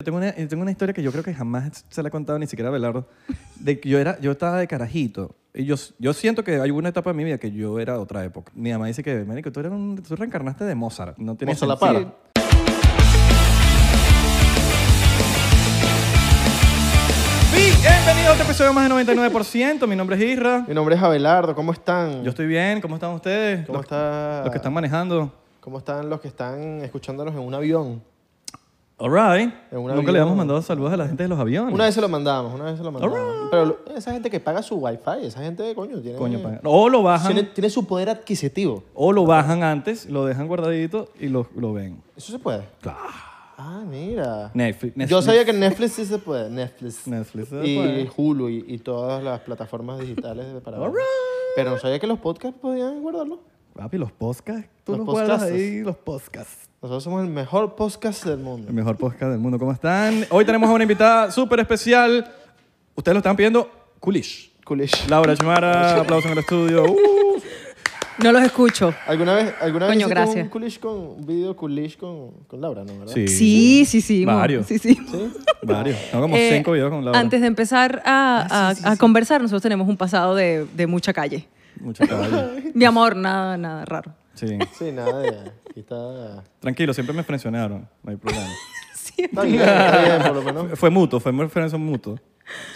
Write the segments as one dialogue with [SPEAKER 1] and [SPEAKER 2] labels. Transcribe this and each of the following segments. [SPEAKER 1] Yo tengo, una, yo tengo una historia que yo creo que jamás se la he contado ni siquiera a Belardo. De que yo, era, yo estaba de carajito. Y yo, yo siento que hay una etapa en mi vida que yo era de otra época. Mi mamá dice que, marico, tú, eres un, tú reencarnaste de Mozart. No tienes
[SPEAKER 2] Mozart la para.
[SPEAKER 1] Bienvenido a otro episodio más de 99%. Mi nombre es Isra.
[SPEAKER 2] Mi nombre es Abelardo, ¿cómo están?
[SPEAKER 1] Yo estoy bien. ¿Cómo están ustedes?
[SPEAKER 2] ¿Cómo,
[SPEAKER 1] los,
[SPEAKER 2] está-
[SPEAKER 1] los que están manejando.
[SPEAKER 2] ¿Cómo están los que están escuchándonos en un avión?
[SPEAKER 1] All right.
[SPEAKER 2] En un
[SPEAKER 1] Nunca
[SPEAKER 2] avión.
[SPEAKER 1] le habíamos mandado saludos a la gente de los aviones.
[SPEAKER 2] Una vez se lo mandamos, una vez se lo mandamos. Pero lo- esa gente que paga su wifi, esa gente, coño, tiene,
[SPEAKER 1] Coño, pan. O lo bajan.
[SPEAKER 2] tiene, tiene su poder adquisitivo.
[SPEAKER 1] O lo bajan antes, lo dejan guardadito y lo, lo ven.
[SPEAKER 2] ¿Eso se puede? Claro. Ah, mira.
[SPEAKER 1] Netflix. Netflix.
[SPEAKER 2] Yo sabía que Netflix sí se puede, Netflix.
[SPEAKER 1] Netflix se
[SPEAKER 2] y
[SPEAKER 1] puede.
[SPEAKER 2] Hulu y, y todas las plataformas digitales de para ver. Pero no sabía que los podcasts podían guardarlo.
[SPEAKER 1] Papi, los podcasts. Tú
[SPEAKER 2] Los
[SPEAKER 1] los, guardas
[SPEAKER 2] podcastes.
[SPEAKER 1] ahí, los podcasts.
[SPEAKER 2] Nosotros somos el mejor podcast del mundo.
[SPEAKER 1] El mejor podcast del mundo. ¿Cómo están? Hoy tenemos a una invitada súper especial. Ustedes lo están viendo, Kulish.
[SPEAKER 2] Coolish.
[SPEAKER 1] Laura Chimara, aplauso en el estudio. Uh.
[SPEAKER 3] No los escucho.
[SPEAKER 2] ¿Alguna vez, alguna vez hiciste
[SPEAKER 3] Coño,
[SPEAKER 2] un
[SPEAKER 3] gracias.
[SPEAKER 2] coolish con un video coolish con, con Laura, ¿no? ¿Verdad?
[SPEAKER 3] Sí, sí, sí. mo-
[SPEAKER 1] Varios.
[SPEAKER 3] Sí, sí.
[SPEAKER 2] ¿Sí?
[SPEAKER 1] Varios. Tengo como
[SPEAKER 3] Eh,
[SPEAKER 1] cinco videos con Laura.
[SPEAKER 3] Antes de empezar a, a- a conversar, nosotros tenemos un pasado de, de mucha calle.
[SPEAKER 1] Mucho caballo.
[SPEAKER 3] Mi amor, nada, nada raro.
[SPEAKER 1] Sí.
[SPEAKER 2] Sí, nada de. Aquí está.
[SPEAKER 1] Tranquilo, siempre me frencionaron. No hay problema.
[SPEAKER 3] Sí.
[SPEAKER 2] Está bien, está bien, por lo menos.
[SPEAKER 1] Fue- Fue mutuo, fue una frención mutuo.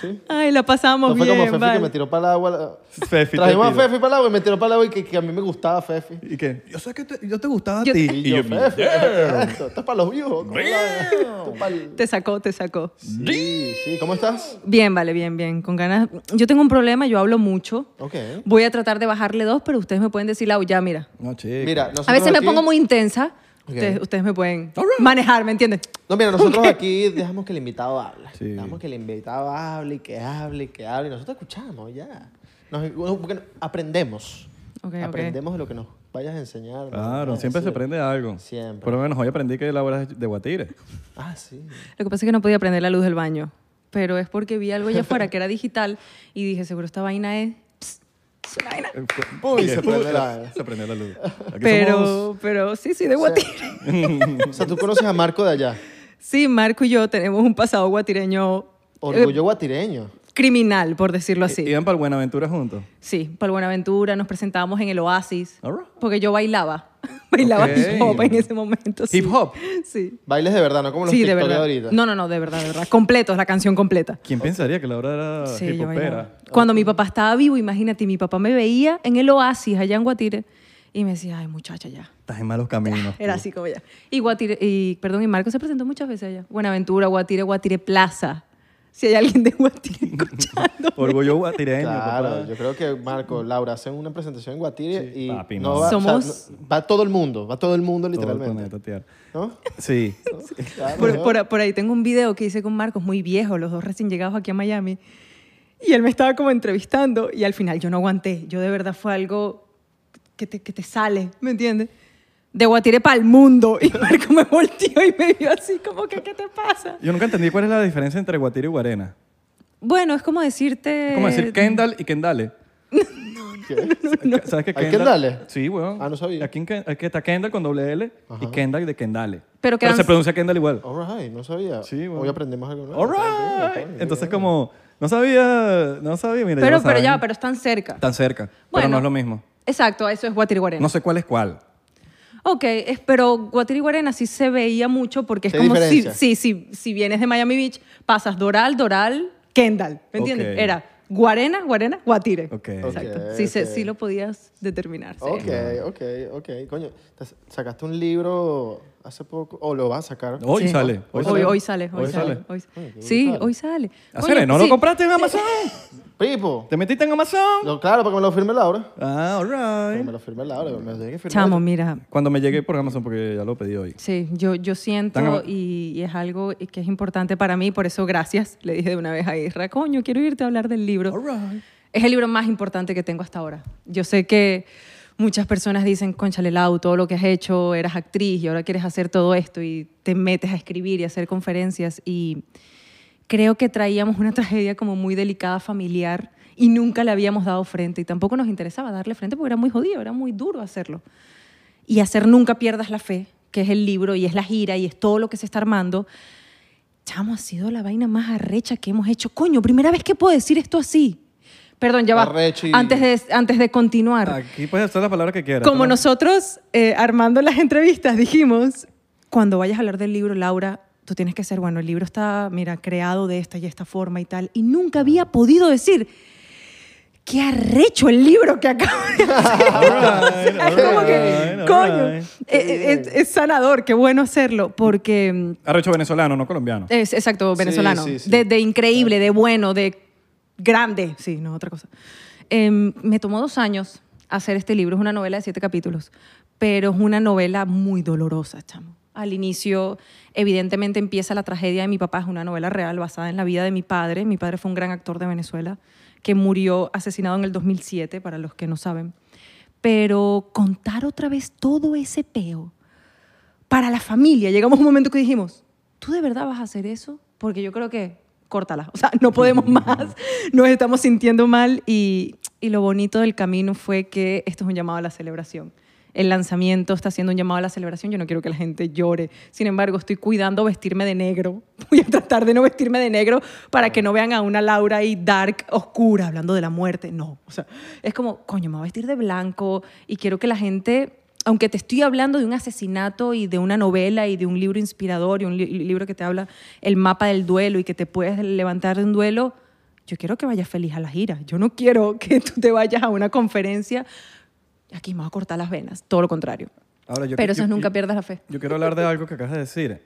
[SPEAKER 2] Sí.
[SPEAKER 3] Ay, la
[SPEAKER 2] No
[SPEAKER 3] pasamos
[SPEAKER 2] fue
[SPEAKER 3] bien.
[SPEAKER 2] como Fefi
[SPEAKER 3] vale.
[SPEAKER 2] que me tiró para el agua.
[SPEAKER 1] Fefi, te
[SPEAKER 2] Trajimos a
[SPEAKER 1] pido.
[SPEAKER 2] Fefi para el agua y me tiró para el agua y que, que a mí me gustaba Fefi.
[SPEAKER 1] ¿Y qué? Yo sé que te- yo te gustaba a
[SPEAKER 3] Yo-
[SPEAKER 1] ti.
[SPEAKER 2] Y yo, Fefi, esto, esto es para los vivos. ¿cómo la ves? Esto es para el-
[SPEAKER 3] Te sacó, te sacó.
[SPEAKER 2] Sí, sí. ¿Cómo estás?
[SPEAKER 3] Bien, vale, bien, bien. Con ganas. Yo tengo un problema, yo hablo mucho.
[SPEAKER 2] Ok.
[SPEAKER 3] Voy a tratar de bajarle dos, pero ustedes me pueden decir, Lau, ya, mira.
[SPEAKER 1] No, chico.
[SPEAKER 2] Mira, nosotros
[SPEAKER 3] A veces me
[SPEAKER 2] aquí-
[SPEAKER 3] pongo muy intensa.
[SPEAKER 2] Ok.
[SPEAKER 3] Ustedes, ustedes me pueden manejar, ¿me entienden?
[SPEAKER 2] No, mira, nosotros aquí dejamos que el invitado hable.
[SPEAKER 1] Sí.
[SPEAKER 2] Dejamos que el invitado hable y que hable y que hable. Y nosotros escuchamos, ya. Nos, porque aprendemos.
[SPEAKER 3] Ok, ok.
[SPEAKER 2] aprendemos de lo que nos vayas a enseñar. nos
[SPEAKER 1] Claro,
[SPEAKER 2] vayas a
[SPEAKER 1] siempre se
[SPEAKER 2] decir.
[SPEAKER 1] aprende algo.
[SPEAKER 2] Siempre.
[SPEAKER 1] Por lo menos hoy aprendí que Laura es de Guatire.
[SPEAKER 2] Ah, sí.
[SPEAKER 3] Lo que pasa es que no podía prender la luz del baño, pero es porque vi algo allá afuera que era digital y dije, seguro esta vaina es... Psst, es una vaina.
[SPEAKER 2] Uy, se prende la-
[SPEAKER 1] Se prendió la luz. Aquí somos-
[SPEAKER 3] Pero, pero sí, sí, de Guatire.
[SPEAKER 2] O sea, tú conoces a Marco de allá.
[SPEAKER 3] Sí, Marco y yo tenemos un pasado guatireño
[SPEAKER 2] Orgullo guatireño.
[SPEAKER 3] eh, criminal, por decirlo así.
[SPEAKER 1] Iban para el Buenaventura juntos.
[SPEAKER 3] Sí, para Buenaventura nos presentábamos en el Oasis,
[SPEAKER 1] All right.
[SPEAKER 3] porque yo bailaba. Bailaba
[SPEAKER 1] Ok.
[SPEAKER 3] hip hop en ese momento. sí.
[SPEAKER 1] Hip hop.
[SPEAKER 3] Sí.
[SPEAKER 2] Bailes de verdad, no como los
[SPEAKER 3] Sí, de
[SPEAKER 2] TikTok de
[SPEAKER 3] verdad.
[SPEAKER 2] ahorita.
[SPEAKER 3] No, no, no, de verdad, de verdad. Completo, es la canción completa.
[SPEAKER 1] ¿Quién pensaría que Laura era
[SPEAKER 3] Sí, yo bailaba.
[SPEAKER 1] hipopera?
[SPEAKER 3] Cuando mi papá estaba vivo, imagínate, mi papá me veía en el oasis allá en Guatire y me decía, ay muchacha, ya.
[SPEAKER 1] Estás en malos caminos.
[SPEAKER 3] Era así como ya. Y Guatire, y perdón, y Marco se presentó muchas veces allá. Buenaventura, Guatire, Guatire Plaza. Si hay alguien de Guatire escuchando.
[SPEAKER 1] Orgullo guatireño,
[SPEAKER 2] Claro,
[SPEAKER 1] papá.
[SPEAKER 2] yo creo que Marco, Laura hacen una presentación en Guatire y
[SPEAKER 1] Papi,
[SPEAKER 2] no
[SPEAKER 1] no.
[SPEAKER 2] va, o sea,
[SPEAKER 3] Somos-
[SPEAKER 2] no- va todo el mundo, va todo el mundo
[SPEAKER 1] Todo el
[SPEAKER 2] literalmente.
[SPEAKER 1] planeta Tierra.
[SPEAKER 2] ¿No?
[SPEAKER 1] Sí.
[SPEAKER 2] Claro,
[SPEAKER 3] Por,
[SPEAKER 2] ¿no?
[SPEAKER 3] por- por ahí tengo un video que hice con Marcos, muy viejo, los dos recién llegados aquí a Miami. Y él me estaba como entrevistando y al final yo no aguanté. Yo de verdad fue algo que te, que te sale, ¿me entiendes? De Guatire para el mundo. Y Marco me volteó y me vio así como que, ¿qué te pasa?
[SPEAKER 1] Yo nunca entendí cuál es la diferencia entre guatire y guarena.
[SPEAKER 3] Bueno, es como decirte...
[SPEAKER 1] Es como decir Kendall y Kendale.
[SPEAKER 2] ¿Qué?
[SPEAKER 1] ¿Sabes qué
[SPEAKER 2] ¿Hay Kendale?
[SPEAKER 1] Sí, weón.
[SPEAKER 2] Ah, no sabía.
[SPEAKER 1] Aquí, en Ken- aquí está Kendall con doble L y Kendall de Kendale.
[SPEAKER 3] Pero
[SPEAKER 1] Pero
[SPEAKER 3] quedan-
[SPEAKER 1] se pronuncia Kendall igual.
[SPEAKER 2] All right, no sabía.
[SPEAKER 1] Sí, bueno.
[SPEAKER 2] Hoy aprendimos algo nuevo.
[SPEAKER 1] All right. Entonces, como, no sabía, no sabía, mira.
[SPEAKER 3] Pero,
[SPEAKER 1] lo
[SPEAKER 3] pero ya,
[SPEAKER 1] saben.
[SPEAKER 3] pero están cerca.
[SPEAKER 1] Tan cerca, pero
[SPEAKER 3] Bueno.
[SPEAKER 1] no es lo mismo.
[SPEAKER 3] Exacto, eso es Guatire y Guarena.
[SPEAKER 1] No sé cuál es cuál.
[SPEAKER 3] Ok, es- pero Guatire y Guarena sí se veía mucho porque es
[SPEAKER 2] ¿Qué
[SPEAKER 3] como si,
[SPEAKER 2] diferencia?
[SPEAKER 3] sí, sí, si vienes de Miami Beach, pasas Doral, Doral, Kendall, ¿me entiendes?
[SPEAKER 1] Ok.
[SPEAKER 3] Era Guarena, Guarena, Guatire.
[SPEAKER 1] Ok.
[SPEAKER 3] Exacto.
[SPEAKER 2] Ok,
[SPEAKER 3] sí, se-
[SPEAKER 2] ok.
[SPEAKER 3] sí lo podías determinar. sí.
[SPEAKER 2] Ok, ok, ok. Coño, te sacaste un libro hace poco, o lo vas a sacar.
[SPEAKER 1] Hoy
[SPEAKER 3] Sí.
[SPEAKER 1] sale.
[SPEAKER 3] Hoy,
[SPEAKER 1] sale.
[SPEAKER 3] hoy sale, hoy, sale. hoy-
[SPEAKER 2] Oye, qué
[SPEAKER 3] sí,
[SPEAKER 2] brutal.
[SPEAKER 3] hoy sale.
[SPEAKER 1] Ah,
[SPEAKER 3] Coño,
[SPEAKER 1] sale, ¿No lo
[SPEAKER 3] sí.
[SPEAKER 1] compraste en Amazon?
[SPEAKER 2] Pipo.
[SPEAKER 1] ¿Te metiste en Amazon?
[SPEAKER 2] Lo- claro, para que me lo firme Laura.
[SPEAKER 1] Ah,
[SPEAKER 2] Para que
[SPEAKER 1] all
[SPEAKER 2] me
[SPEAKER 1] right.
[SPEAKER 2] lo firme Laura. Me lo tiene que firmar.
[SPEAKER 3] Chamo, mira,
[SPEAKER 1] Cuando me llegué por Amazon, porque ya lo pedí hoy.
[SPEAKER 3] sí, yo, yo siento
[SPEAKER 1] Tan-
[SPEAKER 3] y, y es algo que es importante para mí, por eso gracias, le dije de una vez a Isra, coño, quiero irte a hablar del libro.
[SPEAKER 1] All right.
[SPEAKER 3] Es el libro más importante que tengo hasta ahora. Yo sé que muchas personas dicen, conchale Lau, todo lo que has hecho, eras actriz y ahora quieres hacer todo esto y te metes a escribir y a hacer conferencias y creo que traíamos una tragedia como muy delicada familiar y nunca le habíamos dado frente y tampoco nos interesaba darle frente porque era muy jodido, era muy duro hacerlo. Y hacer Nunca pierdas la fe, que es el libro y es la gira y es todo lo que se está armando chamo, ha sido la vaina más arrecha que hemos hecho. Coño, primera vez que puedo decir esto así. Perdón, ya va.
[SPEAKER 2] Arrechi.
[SPEAKER 3] Antes de, antes de continuar.
[SPEAKER 1] Aquí puedes usar la palabra que quieras.
[SPEAKER 3] Como
[SPEAKER 1] Toma.
[SPEAKER 3] nosotros, eh, armando las entrevistas, dijimos, cuando vayas a hablar del libro, Laura, tú tienes que ser, bueno, el libro está, mira, creado de esta y esta forma y tal. Y nunca había podido decir, qué arrecho el libro que acabo de hacer.
[SPEAKER 1] Alright,
[SPEAKER 3] es como que,
[SPEAKER 1] alright,
[SPEAKER 3] coño,
[SPEAKER 1] alright.
[SPEAKER 3] eh, eh, es, es sanador, qué bueno hacerlo, porque... mm,
[SPEAKER 1] Arrecho venezolano, no colombiano.
[SPEAKER 3] es, exacto,
[SPEAKER 2] Sí,
[SPEAKER 3] venezolano.
[SPEAKER 2] sí, sí.
[SPEAKER 3] De, de increíble, de bueno, de grande. Sí, no, otra cosa. Em, me tomó dos años hacer este libro. Es una novela de siete capítulos, pero es una novela muy dolorosa, chamo. Al inicio, evidentemente, empieza la tragedia de mi papá. Es una novela real basada en la vida de mi padre. Mi padre fue un gran actor de Venezuela que murió asesinado en el 2007, para los que no saben. Pero contar otra vez todo ese peo para la familia. Llegamos a un momento que dijimos, ¿tú de verdad vas a hacer eso? Porque yo creo que córtala, o sea, no podemos más, nos estamos sintiendo mal y, y lo bonito del camino fue que esto es un llamado a la celebración. El lanzamiento está haciendo un llamado a la celebración, yo no quiero que la gente llore, sin embargo estoy cuidando vestirme de negro, voy a tratar de no vestirme de negro para que no vean a una Laura ahí dark, oscura, hablando de la muerte, no, o sea, es como, coño, me voy a vestir de blanco y quiero que la gente aunque te estoy hablando de un asesinato y de una novela y de un libro inspirador y un li- libro que te habla el mapa del duelo y que te puedes levantar de un duelo, yo quiero que vayas feliz a la gira. Yo no quiero que tú te vayas a una conferencia. Aquí me va a cortar las venas. Todo lo contrario.
[SPEAKER 1] Ahora, yo-
[SPEAKER 3] Pero
[SPEAKER 1] yo-
[SPEAKER 3] eso es nunca
[SPEAKER 1] yo-
[SPEAKER 3] pierdas la fe.
[SPEAKER 1] Yo quiero hablar de algo que acabas de decir.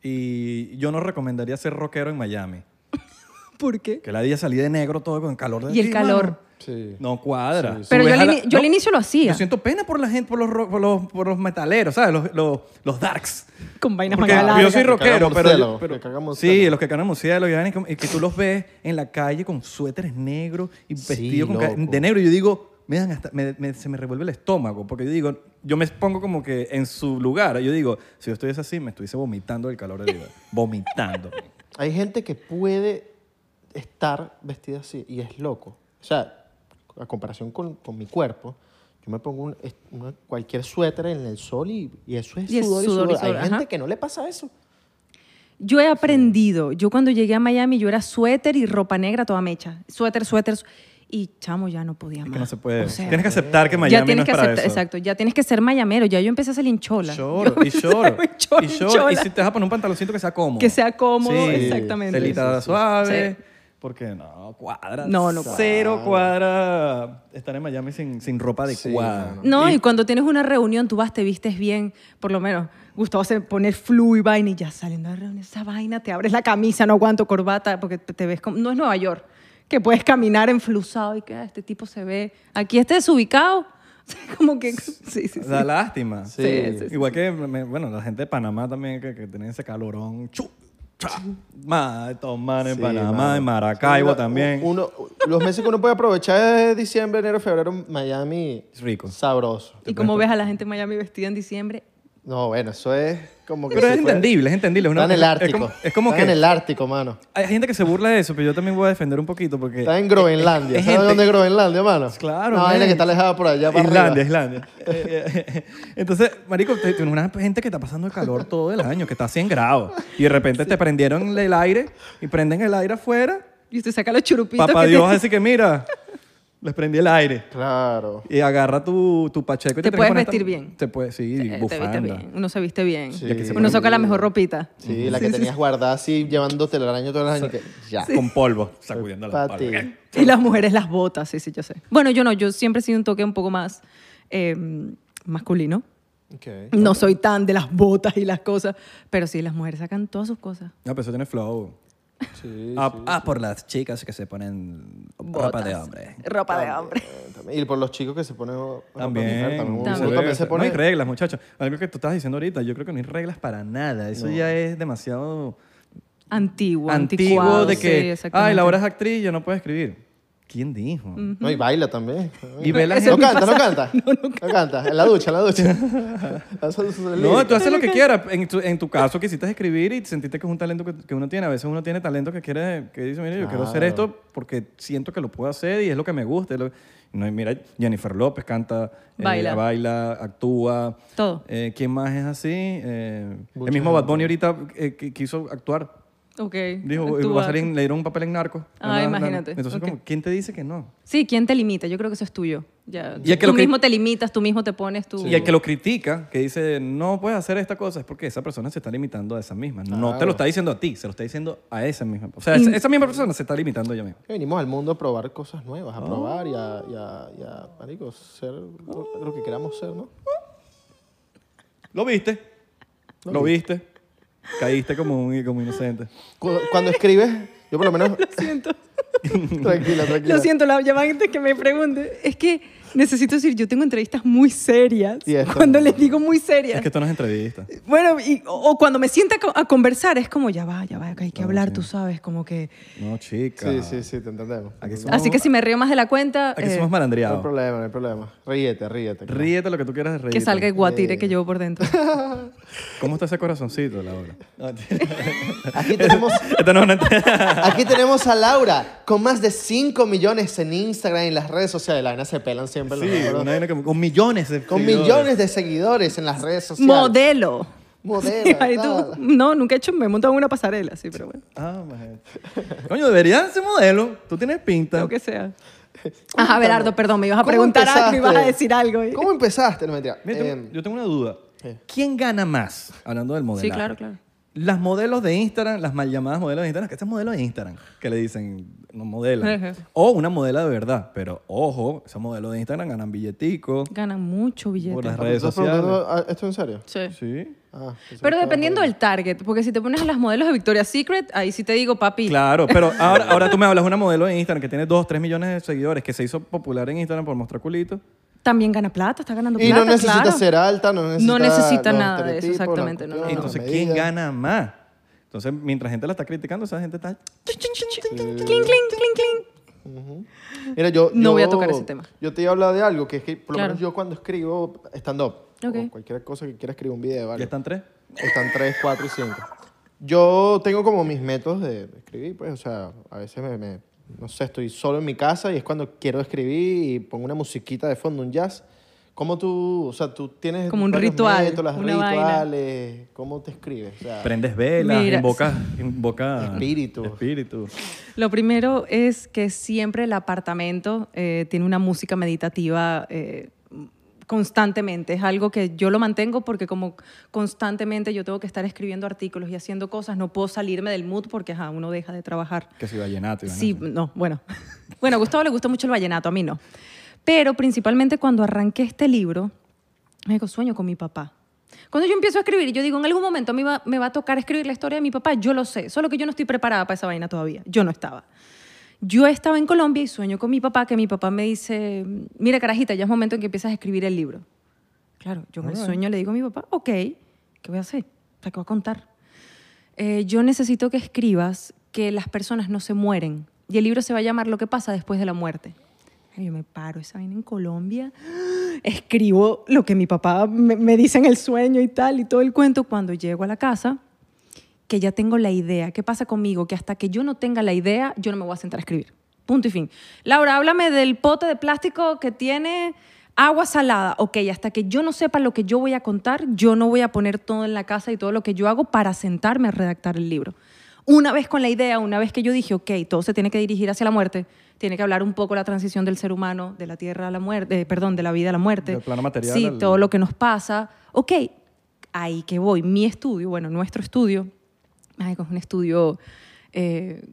[SPEAKER 1] Y yo no recomendaría ser rockero en Miami.
[SPEAKER 3] ¿Por qué?
[SPEAKER 1] Que la día salí de negro todo con el calor de
[SPEAKER 3] Y el
[SPEAKER 1] ti,
[SPEAKER 3] calor.
[SPEAKER 1] mano.
[SPEAKER 2] Sí.
[SPEAKER 1] No cuadra.
[SPEAKER 2] Sí, sí.
[SPEAKER 1] Tú
[SPEAKER 3] Pero
[SPEAKER 1] ves
[SPEAKER 3] yo
[SPEAKER 1] a
[SPEAKER 3] al,
[SPEAKER 1] la-
[SPEAKER 3] ini- yo al
[SPEAKER 1] no,
[SPEAKER 3] inicio lo hacía
[SPEAKER 1] Yo siento pena por la gente, por los, ro- por los, por los metaleros, ¿sabes? Los, los, los darks.
[SPEAKER 3] con vainas
[SPEAKER 1] Porque
[SPEAKER 3] manga
[SPEAKER 1] yo
[SPEAKER 3] larga.
[SPEAKER 1] soy rockero,
[SPEAKER 2] Que cagan
[SPEAKER 1] pero,
[SPEAKER 2] murciélago,
[SPEAKER 1] yo- pero-
[SPEAKER 2] que cagan murciélago.
[SPEAKER 1] sí, los que cagan murciélago y, van y com- y que tú los ves en la calle con suéteres negros y
[SPEAKER 2] Sí,
[SPEAKER 1] vestidos con ca-
[SPEAKER 2] loco.
[SPEAKER 1] de negro y yo digo, me dan hasta- me- me- se me revuelve el estómago porque yo digo, yo me pongo como que en su lugar, yo digo, si yo estuviese así me estuviese vomitando el calor del día, vomitando.
[SPEAKER 2] Hay gente que puede estar vestida así y es loco. O sea, a comparación con, con mi cuerpo, yo me pongo un- es- una- cualquier suéter en el sol y, y eso es
[SPEAKER 3] Y es
[SPEAKER 2] sudor y
[SPEAKER 3] sudor
[SPEAKER 2] sudor.
[SPEAKER 3] y
[SPEAKER 2] Hay
[SPEAKER 3] sudor, ajá.
[SPEAKER 2] gente que no le pasa eso.
[SPEAKER 3] Yo he aprendido. Yo cuando llegué a Miami, yo era suéter y ropa negra toda mecha. Suéter, suéter. su- Y chamo, ya no podía
[SPEAKER 1] Es
[SPEAKER 3] más.
[SPEAKER 1] que no se puede.
[SPEAKER 3] O sea,
[SPEAKER 1] tienes que aceptar que Miami
[SPEAKER 3] ya tienes
[SPEAKER 1] no es
[SPEAKER 3] que
[SPEAKER 1] para
[SPEAKER 3] aceptar-
[SPEAKER 1] eso.
[SPEAKER 3] exacto, ya tienes que ser mayamero, ya yo empecé a ser hinchola.
[SPEAKER 1] Short,
[SPEAKER 3] Yo
[SPEAKER 1] y short,
[SPEAKER 3] empecé a ser
[SPEAKER 1] y
[SPEAKER 3] hinchola,
[SPEAKER 1] short. Y
[SPEAKER 3] hinchola.
[SPEAKER 1] si te vas a poner un pantaloncito que sea cómodo.
[SPEAKER 3] Que sea cómodo,
[SPEAKER 1] Sí,
[SPEAKER 3] exactamente.
[SPEAKER 1] Telita
[SPEAKER 2] Sí, sí, sí.
[SPEAKER 1] suave.
[SPEAKER 3] Sí.
[SPEAKER 1] Porque no, cuadra.
[SPEAKER 3] No, no
[SPEAKER 1] Cero cuadra estar en Miami sin, sin ropa
[SPEAKER 2] Sí,
[SPEAKER 1] adecuada.
[SPEAKER 2] no,
[SPEAKER 3] No, y, cuando tienes una reunión, tú vas, te vistes bien, por lo menos. Gustavo se pone flu y vaina y ya saliendo de la reunión, esa vaina, te abres la camisa, no aguanto corbata, porque te te ves como... No es Nueva York, que puedes caminar enflusado y que ah, este tipo se ve... Aquí este desubicado, como que... Sí, sí, sí.
[SPEAKER 1] Da lástima.
[SPEAKER 2] Sí. sí,
[SPEAKER 1] Igual que, me- bueno, la gente de Panamá también, que, que tienen ese calorón. Chu, cha. Ma, estos manes en
[SPEAKER 2] Sí,
[SPEAKER 1] Panamá,
[SPEAKER 2] mano.
[SPEAKER 1] en Maracaibo
[SPEAKER 2] Sí, la-
[SPEAKER 1] también.
[SPEAKER 2] uno- los meses que uno puede aprovechar es diciembre, enero, febrero, Miami.
[SPEAKER 1] Es rico.
[SPEAKER 2] Sabroso.
[SPEAKER 3] Y como ves a la gente en Miami vestida en diciembre,
[SPEAKER 2] No, bueno, eso es como que.
[SPEAKER 1] Pero
[SPEAKER 2] si
[SPEAKER 1] es
[SPEAKER 2] fuera-
[SPEAKER 1] entendible, es entendible. es una-
[SPEAKER 2] Está en el
[SPEAKER 1] es-
[SPEAKER 2] Ártico.
[SPEAKER 1] Es como, es como
[SPEAKER 2] Está
[SPEAKER 1] que Eh,
[SPEAKER 2] en el Ártico, mano.
[SPEAKER 1] hay gente que se burla de eso, pero yo también voy a defender un poquito porque...
[SPEAKER 2] Está en Groenlandia.
[SPEAKER 1] es
[SPEAKER 2] ¿Sabes
[SPEAKER 1] gente-
[SPEAKER 2] dónde es Groenlandia, mano?
[SPEAKER 1] Claro.
[SPEAKER 2] Una vaina
[SPEAKER 1] men.
[SPEAKER 2] que está alejada por allá para
[SPEAKER 1] Islandia,
[SPEAKER 2] arriba.
[SPEAKER 1] Islandia. Eh, eh, Entonces, marico, te- tienes una gente que está pasando el calor todo el año, que está a 100 grados. Y de repente te prendieron el aire y prenden el aire afuera.
[SPEAKER 3] y usted saca los churupitos
[SPEAKER 1] Papá
[SPEAKER 3] que
[SPEAKER 1] Dios
[SPEAKER 3] tiene.
[SPEAKER 1] así que mira, les prendí el aire.
[SPEAKER 2] Claro.
[SPEAKER 1] Y agarra tu, tu pacheco. y
[SPEAKER 3] Te
[SPEAKER 1] tienes que
[SPEAKER 3] puedes
[SPEAKER 1] poner esta-
[SPEAKER 3] vestir bien.
[SPEAKER 1] Te puedes, sí,
[SPEAKER 3] Eh, te
[SPEAKER 1] bufanda.
[SPEAKER 3] viste bien, uno se viste bien,
[SPEAKER 2] Sí. Ya que se
[SPEAKER 3] uno
[SPEAKER 2] pone-
[SPEAKER 3] saca la mejor ropita.
[SPEAKER 2] Sí, la que tenías guardada así, llevándote el araño todo el año. y que Ya.
[SPEAKER 1] Con polvo, sacudiendo la
[SPEAKER 2] Pa' ti.
[SPEAKER 1] palma.
[SPEAKER 3] Y las mujeres las botas, sí, sí, yo sé. Bueno, yo no, yo siempre he sido un toque un poco más eh, masculino.
[SPEAKER 2] Ok.
[SPEAKER 3] No soy tan de las botas y las cosas, pero sí, las mujeres sacan todas sus cosas.
[SPEAKER 1] No, pero eso tiene flow.
[SPEAKER 2] Sí.
[SPEAKER 1] ah, ah, por las chicas que se ponen ropa de hombre.
[SPEAKER 3] Ropa de hombre.
[SPEAKER 2] Eh, también- Y por los chicos que se ponen. ropa de
[SPEAKER 1] También.
[SPEAKER 2] mujer, también uno-
[SPEAKER 1] se
[SPEAKER 2] uno
[SPEAKER 1] ve
[SPEAKER 2] también
[SPEAKER 1] eso.
[SPEAKER 2] se pone.
[SPEAKER 1] No hay reglas, muchachos. Algo que tú estás diciendo ahorita, yo creo que no hay reglas para nada. Eso ya es demasiado
[SPEAKER 3] Antiguo,
[SPEAKER 1] antiguo
[SPEAKER 3] anticuado.
[SPEAKER 1] de
[SPEAKER 3] sí,
[SPEAKER 1] que, ay,
[SPEAKER 3] exactamente.
[SPEAKER 1] Laura es actriz, yo no puedo escribir. ¿Quién dijo?
[SPEAKER 2] No, y baila también.
[SPEAKER 1] Y ve la
[SPEAKER 2] No
[SPEAKER 1] gente-
[SPEAKER 2] canta, no canta. No, canta. En la ducha, en la ducha. Eso es el
[SPEAKER 1] No,
[SPEAKER 2] lírico.
[SPEAKER 1] tú haces lo que quieras. En tu, en tu caso, quisiste escribir y sentiste que es un talento que, que uno tiene. A veces uno tiene talento que quiere, que dice, mira, yo quiero hacer
[SPEAKER 2] Claro.
[SPEAKER 1] esto porque siento que lo puedo hacer y es lo que me gusta. es lo- No, y mira, Jennifer López canta, eh,
[SPEAKER 3] Baila.
[SPEAKER 1] baila, actúa.
[SPEAKER 3] Todo.
[SPEAKER 1] Eh, ¿Quién más es así? Eh, el
[SPEAKER 2] Mucha
[SPEAKER 1] mismo Bad Bunny ahorita eh, qui- quiso actuar.
[SPEAKER 3] Ok.
[SPEAKER 1] Dijo,
[SPEAKER 3] actúa.
[SPEAKER 1] va a salir, en- le dieron un papel en narco. Na,
[SPEAKER 3] Ah,
[SPEAKER 1] na, na.
[SPEAKER 3] imagínate.
[SPEAKER 1] Entonces,
[SPEAKER 3] Ok.
[SPEAKER 1] como, ¿quién te dice que no?
[SPEAKER 3] Sí, ¿quién te limita? Yo creo que eso es tuyo. Ya,
[SPEAKER 1] Y el que
[SPEAKER 3] tú
[SPEAKER 1] lo cri-
[SPEAKER 3] mismo te limitas, tú mismo te pones tú.
[SPEAKER 1] Y el que lo critica, que dice, no puedes hacer esta cosa, es porque esa persona se está limitando a esa misma. No te
[SPEAKER 2] Claro.
[SPEAKER 1] lo está diciendo a ti, se lo está diciendo a esa misma. O sea, esa, esa misma persona se está limitando ella misma.
[SPEAKER 2] Que venimos al mundo a probar cosas nuevas, a probar y a, y a, y a, marico, ser lo, lo que queramos ser, ¿no?
[SPEAKER 1] ¿Lo viste? ¿Lo viste? Caíste como un como inocente.
[SPEAKER 2] Cu- Cuando escribes, yo por lo menos...
[SPEAKER 3] Lo siento.
[SPEAKER 2] tranquila, tranquila.
[SPEAKER 3] Lo siento, la llamante que me pregunte. Es que necesito decir, yo tengo entrevistas muy serias.
[SPEAKER 2] Y esto
[SPEAKER 3] Cuando
[SPEAKER 2] no.
[SPEAKER 3] les digo muy serias.
[SPEAKER 1] Es que esto no es entrevista.
[SPEAKER 3] Bueno, y- o, o cuando me sienta co- a conversar, es como, ya va, ya va, que hay que hablar, tú sabes, como que...
[SPEAKER 1] No, chica.
[SPEAKER 2] Sí, sí, sí, te entendemos.
[SPEAKER 1] Aquí somos-
[SPEAKER 3] Así que si me río más de la cuenta,
[SPEAKER 1] Aquí
[SPEAKER 3] eh,
[SPEAKER 1] somos
[SPEAKER 2] No hay
[SPEAKER 1] malandreados.
[SPEAKER 2] problema, no hay problema. Ríete, ríete. claro.
[SPEAKER 1] Ríete lo que tú quieras de reír.
[SPEAKER 3] que salga el guatire
[SPEAKER 2] Eh.
[SPEAKER 3] que llevo por dentro.
[SPEAKER 1] ¿Cómo está ese corazoncito, Laura?
[SPEAKER 2] Aquí tenemos...
[SPEAKER 1] Esto no es una entrevista.
[SPEAKER 2] Aquí tenemos a Laura con más de 5 millones en Instagram y en las redes sociales. La vaina se pelan siempre. los
[SPEAKER 1] Sí,
[SPEAKER 2] números.
[SPEAKER 1] una vaina como- con millones de
[SPEAKER 2] Con
[SPEAKER 1] seguidores.
[SPEAKER 2] millones de seguidores en las redes sociales.
[SPEAKER 3] Modelo.
[SPEAKER 2] Modelo,
[SPEAKER 3] Ay, tú-
[SPEAKER 2] nada.
[SPEAKER 3] no, nunca he hecho, me he montado en una pasarela, sí, pero bueno,
[SPEAKER 1] Ah, imagínate. Coño, deberían ser modelo. Tú tienes pinta.
[SPEAKER 3] lo que sea. Ajá, Berardo, perdón, me ibas a
[SPEAKER 2] ¿Cómo
[SPEAKER 3] preguntar algo,
[SPEAKER 2] empezaste?
[SPEAKER 3] ibas a decir algo. ¿eh? y-
[SPEAKER 2] ¿Cómo empezaste? No, mentira.
[SPEAKER 1] Mira, tengo-
[SPEAKER 2] Eh,
[SPEAKER 1] yo tengo una duda.
[SPEAKER 2] ¿Qué?
[SPEAKER 1] ¿Quién gana más? Hablando del modelaje.
[SPEAKER 3] Sí, claro, claro.
[SPEAKER 1] Las modelos de Instagram, las mal llamadas modelos de Instagram, que estas modelos de Instagram, que le dicen, no modelan.
[SPEAKER 3] Ajá.
[SPEAKER 1] o una modela de verdad. Pero ojo, esas modelos de Instagram ganan billetico
[SPEAKER 3] Ganan mucho
[SPEAKER 1] por
[SPEAKER 3] billete.
[SPEAKER 1] las redes
[SPEAKER 2] ¿estás
[SPEAKER 1] sociales.
[SPEAKER 2] preguntando a- ¿Esto en serio?
[SPEAKER 3] Sí.
[SPEAKER 1] Sí.
[SPEAKER 2] Ah, pensé que
[SPEAKER 3] Pero
[SPEAKER 2] estaba-
[SPEAKER 3] dependiendo del target, porque si te pones a las modelos de Victoria's Secret, ahí sí te digo, papi,
[SPEAKER 1] Claro, pero ahora, ahora tú me hablas de una modelo de Instagram que tiene 2, 3 millones de seguidores, que se hizo popular en Instagram por mostrar culito.
[SPEAKER 3] también gana plata, está ganando
[SPEAKER 2] Y
[SPEAKER 3] plata,
[SPEAKER 2] no necesita
[SPEAKER 3] claro.
[SPEAKER 2] ser alta, no necesita...
[SPEAKER 3] No necesita
[SPEAKER 2] los
[SPEAKER 3] nada de
[SPEAKER 2] estereotipos, las
[SPEAKER 3] eso, exactamente, no, no,
[SPEAKER 2] cuestiones,
[SPEAKER 3] no.
[SPEAKER 1] Entonces,
[SPEAKER 2] las
[SPEAKER 1] ¿quién
[SPEAKER 2] medidas.
[SPEAKER 1] gana más? Entonces, mientras gente la está criticando, esa gente está...
[SPEAKER 3] Cling, cling, cling, cling.
[SPEAKER 2] Mira, yo,
[SPEAKER 3] No
[SPEAKER 2] yo-
[SPEAKER 3] voy a tocar ese tema.
[SPEAKER 2] Yo te iba a hablar de algo, que es que por lo
[SPEAKER 3] Claro.
[SPEAKER 2] menos yo cuando escribo stand-up,
[SPEAKER 3] Ok.
[SPEAKER 2] o cualquier cosa que quiera escribir un video,
[SPEAKER 1] ¿Ya
[SPEAKER 2] ¿vale?
[SPEAKER 1] están tres?
[SPEAKER 2] Están tres, cuatro y cinco. Yo tengo como mis métodos de escribir, pues, o sea, a veces me, me- no sé, estoy solo en mi casa y es cuando quiero escribir y pongo una musiquita de fondo, un jazz. ¿Cómo tú, o sea, tú tienes
[SPEAKER 3] Como un
[SPEAKER 2] varios
[SPEAKER 3] ritual,
[SPEAKER 2] métodos, las
[SPEAKER 3] una vaina.
[SPEAKER 2] rituales, cómo te escribes? O sea,
[SPEAKER 1] Prendes velas,
[SPEAKER 3] Mira,
[SPEAKER 1] invocas... invocas
[SPEAKER 2] Espíritu.
[SPEAKER 1] Espíritu.
[SPEAKER 3] Lo primero es que siempre el apartamento eh, tiene una música meditativa eh, constantemente. Es algo que yo lo mantengo porque como constantemente yo tengo que estar escribiendo artículos y haciendo cosas, no puedo salirme del mood porque ajá, uno deja de trabajar.
[SPEAKER 1] Que si vallenato. y vainas
[SPEAKER 3] Sí,
[SPEAKER 1] así.
[SPEAKER 3] no, bueno. Bueno, a Gustavo le gusta mucho el vallenato, a mí no. Pero principalmente cuando arranqué este libro, me digo, sueño con mi papá. Cuando yo empiezo a escribir, yo digo, en algún momento me va, me va a tocar escribir la historia de mi papá, yo lo sé, solo que yo no estoy preparada para esa vaina todavía, yo no estaba. Yo estaba en Colombia y sueño con mi papá, que mi papá me dice, mira carajita, ya es momento en que empiezas a escribir el libro. Claro, yo en el sueño le digo a mi papá, ok, ¿qué voy a hacer? O sea, ¿qué voy a contar? Eh, yo necesito que escribas que las personas no se mueren. Y el libro se va a llamar Lo que pasa después de la muerte. Ay, Yo me paro esa vaina en Colombia, escribo lo que mi papá me, me dice en el sueño y tal, y todo el cuento. Cuando llego a la casa, que ya tengo la idea. ¿Qué pasa conmigo? Que hasta que yo no tenga la idea, yo no me voy a sentar a escribir. Punto y fin. Laura, háblame del pote de plástico que tiene agua salada. Ok, hasta que yo no sepa lo que yo voy a contar, yo no voy a poner todo en la casa y todo lo que yo hago para sentarme a redactar el libro. Una vez con la idea, una vez que yo dije, ok, todo se tiene que dirigir hacia la muerte, tiene que hablar un poco la transición del ser humano, de la tierra a la muerte, eh, perdón, de la vida a la muerte.
[SPEAKER 1] Del plano material
[SPEAKER 3] Sí,
[SPEAKER 1] al-
[SPEAKER 3] todo lo que nos pasa. Ok, ahí que voy. Mi estudio, bueno, nuestro estudio, ay, es un estudio eh,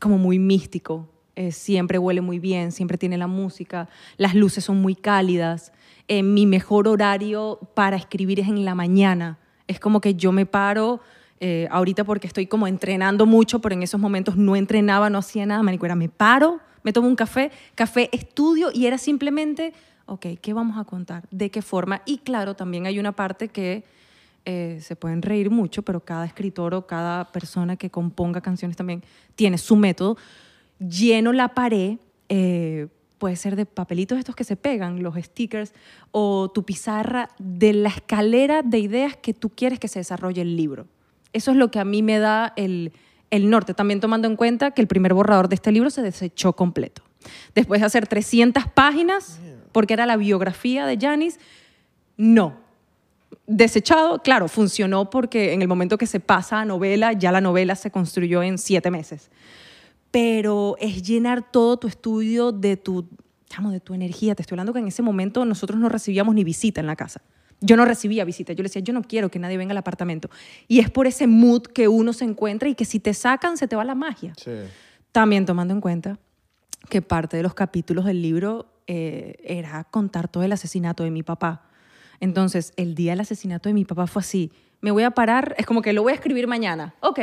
[SPEAKER 3] como muy místico. Eh, siempre huele muy bien, siempre tiene la música, las luces son muy cálidas. Eh, mi mejor horario para escribir es en la mañana. Es como que yo me paro eh, ahorita porque estoy como entrenando mucho, pero en esos momentos no entrenaba, no hacía nada, marico, era me paro, me tomo un café, café, estudio y era simplemente, ok, ¿qué vamos a contar? ¿De qué forma? Y claro, también hay una parte que eh, se pueden reír mucho, pero cada escritor o cada persona que componga canciones también tiene su método. Lleno la pared, eh, puede ser de papelitos estos que se pegan, los stickers, o tu pizarra de la escalera de ideas que tú quieres que se desarrolle el libro. Eso es lo que a mí me da el, el norte, también tomando en cuenta que el primer borrador de este libro se desechó completo. Después de hacer 300 páginas, porque era la biografía de Janis, no. desechado, claro, funcionó porque en el momento que se pasa a novela, ya la novela se construyó en siete meses. Pero es llenar todo tu estudio de tu, chamo, de tu energía. Te estoy hablando que en ese momento nosotros no recibíamos ni visita en la casa. Yo no recibía visita. Yo le decía, yo no quiero que nadie venga al apartamento. Y es por ese mood que uno se encuentra y que si te sacan, se te va la magia.
[SPEAKER 2] Sí.
[SPEAKER 3] También tomando en cuenta que parte de los capítulos del libro eh, era contar todo el asesinato de mi papá. Entonces, el día del asesinato de mi papá fue así. Me voy a parar, es como que lo voy a escribir mañana. Ok,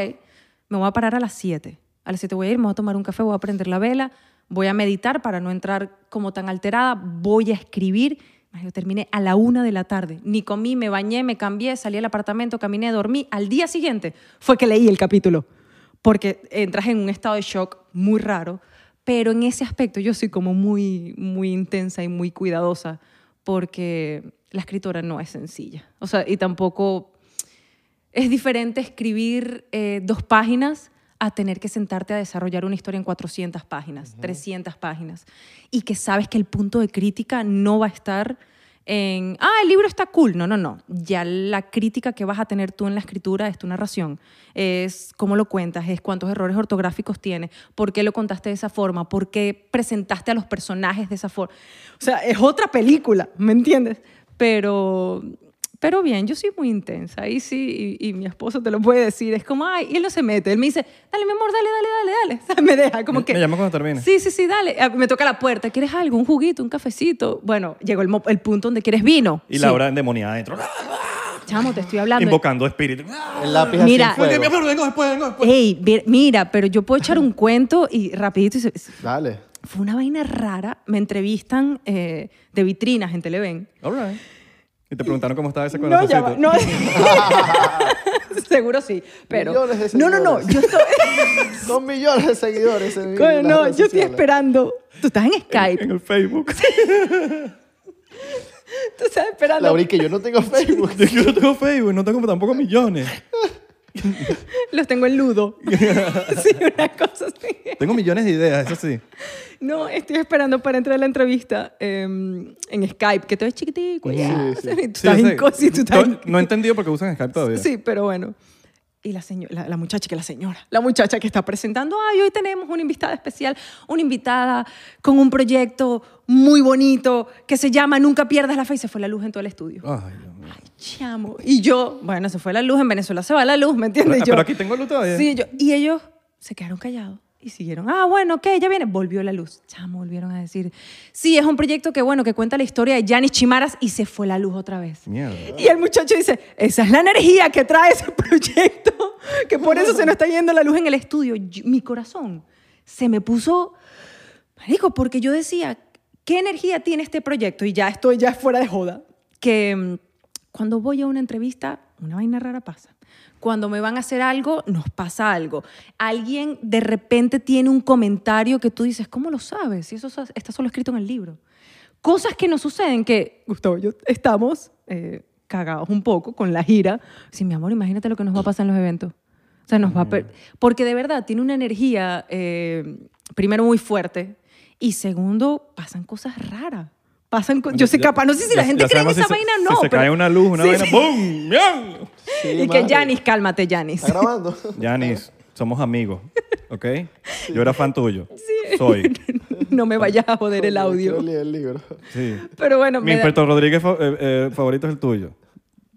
[SPEAKER 3] me voy a parar a las 7. A las 7 voy a ir, me voy a tomar un café, voy a prender la vela, voy a meditar para no entrar como tan alterada, voy a escribir. Ay, Yo terminé a la una de la tarde. Ni comí, me bañé, me cambié, salí al apartamento, caminé, dormí. Al día siguiente fue que leí el capítulo porque entras en un estado de shock muy raro, pero en ese aspecto yo soy como muy, muy intensa y muy cuidadosa, porque la escritora no es sencilla. O sea, y tampoco es diferente escribir eh, dos páginas a tener que sentarte a desarrollar una historia en 400 páginas, 300 páginas, y que sabes que el punto de crítica no va a estar en, ah, el libro está cool. No, no, no. Ya la crítica que vas a tener tú en la escritura es tu narración, es cómo lo cuentas, es cuántos errores ortográficos tiene, por qué lo contaste de esa forma, por qué presentaste a los personajes de esa forma. O sea, es otra película, ¿me entiendes? Pero pero bien, yo soy muy intensa, ahí sí, y, y mi esposo te lo puede decir, es como, ay, y él no se mete, él me dice, dale, mi amor, dale, dale, dale, dale, O sea, me deja, como
[SPEAKER 1] Me-
[SPEAKER 3] que...
[SPEAKER 1] me llama cuando termine.
[SPEAKER 3] Sí, sí, sí, dale, Ah, me toca la puerta, ¿quieres algo? ¿Un juguito? ¿Un cafecito? Bueno, llegó el, mo- el punto donde quieres vino.
[SPEAKER 1] Y
[SPEAKER 3] Sí.
[SPEAKER 1] Laura endemoniada adentro, ¡ah!
[SPEAKER 3] Chamo, te estoy hablando.
[SPEAKER 1] invocando espíritu. ¡Ah,
[SPEAKER 2] El lápiz así
[SPEAKER 3] Mira.
[SPEAKER 2] en fuego.
[SPEAKER 1] Mi amor, vengo después, vengo después.
[SPEAKER 3] Ey, ve- mira, pero yo puedo echar un cuento y rapidito y se-
[SPEAKER 2] Dale.
[SPEAKER 3] Fue una vaina rara. Me entrevistan eh, de vitrinas en Televen.
[SPEAKER 1] All right. Y te preguntaron cómo estaba ese
[SPEAKER 3] Eh. No,
[SPEAKER 1] corazoncito.
[SPEAKER 3] ya va, no. Seguro sí, pero...
[SPEAKER 2] Millones de
[SPEAKER 3] No, no, no,
[SPEAKER 2] seguidores.
[SPEAKER 3] yo estoy...
[SPEAKER 2] Dos millones de seguidores en
[SPEAKER 3] Coño,
[SPEAKER 2] las
[SPEAKER 3] no,
[SPEAKER 2] redes
[SPEAKER 3] yo estoy
[SPEAKER 2] sociales.
[SPEAKER 3] esperando. Tú estás en Skype,
[SPEAKER 1] En el Facebook.
[SPEAKER 3] tú estás esperando.
[SPEAKER 2] Laura, y que yo no tengo Facebook.
[SPEAKER 1] Yo no tengo Facebook, no tengo tampoco millones.
[SPEAKER 3] Los tengo en ludo. sí, una cosa así.
[SPEAKER 1] Tengo millones de ideas, eso sí.
[SPEAKER 3] No, estoy esperando para entrar a la entrevista eh, en Skype, que todo es chiquitico. ya.
[SPEAKER 2] Sí, sí.
[SPEAKER 3] Tú
[SPEAKER 1] Sí,
[SPEAKER 3] estás
[SPEAKER 1] yo
[SPEAKER 3] en
[SPEAKER 1] sé.
[SPEAKER 3] cosas y tú estás en-
[SPEAKER 1] No- No he entendido por qué usan Skype todavía.
[SPEAKER 3] Sí, pero bueno. Y la, seño- la, la muchacha, que la señora, la muchacha que está presentando, ay, hoy tenemos una invitada especial, una invitada con un proyecto muy bonito que se llama Nunca pierdas la fe y se fue la luz en todo el estudio.
[SPEAKER 1] Ay, Dios mío.
[SPEAKER 3] Chamo. Y yo, bueno, se fue la luz, en Venezuela se va la luz, ¿me entiendes?
[SPEAKER 1] Ah,
[SPEAKER 3] Yo-
[SPEAKER 1] pero aquí tengo luz todavía.
[SPEAKER 3] Sí, yo, y ellos se quedaron callados y siguieron. Ah, bueno, ok, ya viene. Volvió la luz. Chamo, volvieron a decir. Sí, es un proyecto que, bueno, que cuenta la historia de Yanis Chimaras y se fue la luz otra vez.
[SPEAKER 1] Mierda.
[SPEAKER 3] Y el muchacho dice, esa es la energía que trae ese proyecto, que por eso se nos está yendo la luz en el estudio. Yo- mi corazón se me puso, marico, porque yo decía, ¿qué energía tiene este proyecto? Y ya estoy ya fuera de joda. Que mm, cuando voy a una entrevista, una vaina rara pasa. Cuando me van a hacer algo, nos pasa algo. Alguien de repente tiene un comentario que tú dices, ¿cómo lo sabes? Si eso sa- está solo escrito en el libro cosas que nos suceden que, Gustavo, yo estamos eh, cagados un poco con la gira. Sí, mi amor, imagínate lo que nos va a pasar en los eventos. O sea, nos va a per- Porque de verdad tiene una energía, eh, primero, muy fuerte y segundo, pasan cosas raras. Pasan co- yo sé
[SPEAKER 1] Ya-
[SPEAKER 3] capaz, no sé si
[SPEAKER 1] ya-
[SPEAKER 3] la gente
[SPEAKER 1] ya
[SPEAKER 3] cree en
[SPEAKER 1] sabemos si
[SPEAKER 3] esa
[SPEAKER 1] se-
[SPEAKER 3] vaina no.
[SPEAKER 1] Si se
[SPEAKER 3] pero-
[SPEAKER 1] cae una luz, una
[SPEAKER 3] Sí,
[SPEAKER 1] vaina,
[SPEAKER 3] sí.
[SPEAKER 1] ¡boom! ¡Miau!
[SPEAKER 2] Sí,
[SPEAKER 3] Y que
[SPEAKER 2] madre.
[SPEAKER 3] Janis, cálmate, Janis.
[SPEAKER 2] ¿Está grabando?
[SPEAKER 1] Yanis, somos amigos, ¿ok? Yo era fan tuyo. Soy.
[SPEAKER 3] no me vayas a joder el
[SPEAKER 2] Quiero
[SPEAKER 3] audio.
[SPEAKER 2] leer el libro.
[SPEAKER 1] Sí.
[SPEAKER 3] Pero bueno,
[SPEAKER 1] Mi
[SPEAKER 3] me da-
[SPEAKER 1] Humberto Rodríguez fa- eh, eh, favorito es el tuyo.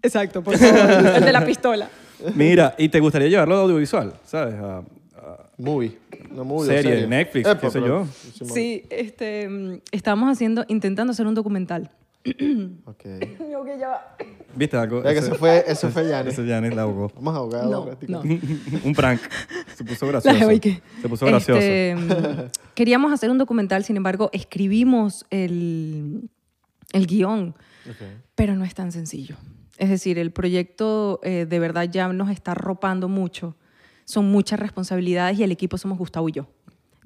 [SPEAKER 3] exacto, por favor, el de la pistola.
[SPEAKER 1] Mira, y te gustaría llevarlo a audiovisual, ¿sabes? A- a-
[SPEAKER 2] Movie. No movie.
[SPEAKER 1] Serie, Netflix, qué sé yo.
[SPEAKER 2] Sí.
[SPEAKER 3] Sí, este, mm, estábamos haciendo, intentando hacer un documental.
[SPEAKER 2] madre. Ok.
[SPEAKER 3] Yo que ya va.
[SPEAKER 1] ¿Viste algo?
[SPEAKER 2] Ya que
[SPEAKER 1] Ese-
[SPEAKER 2] eso fue, eso fue Yanis.
[SPEAKER 1] Ese Yanis la ahogó.
[SPEAKER 2] Vamos a ahogar
[SPEAKER 3] No,
[SPEAKER 2] un ratico.
[SPEAKER 3] no.
[SPEAKER 1] Un prank. Se puso
[SPEAKER 3] La
[SPEAKER 1] gracioso.
[SPEAKER 3] jeva y que-
[SPEAKER 1] Se puso gracioso.
[SPEAKER 3] Este, mm, queríamos hacer un documental, sin embargo, escribimos el, el guión,
[SPEAKER 2] Ok.
[SPEAKER 3] pero no es tan sencillo. Es decir, el proyecto eh, de verdad ya nos está ropando mucho. Son muchas responsabilidades y el equipo somos Gustavo y yo.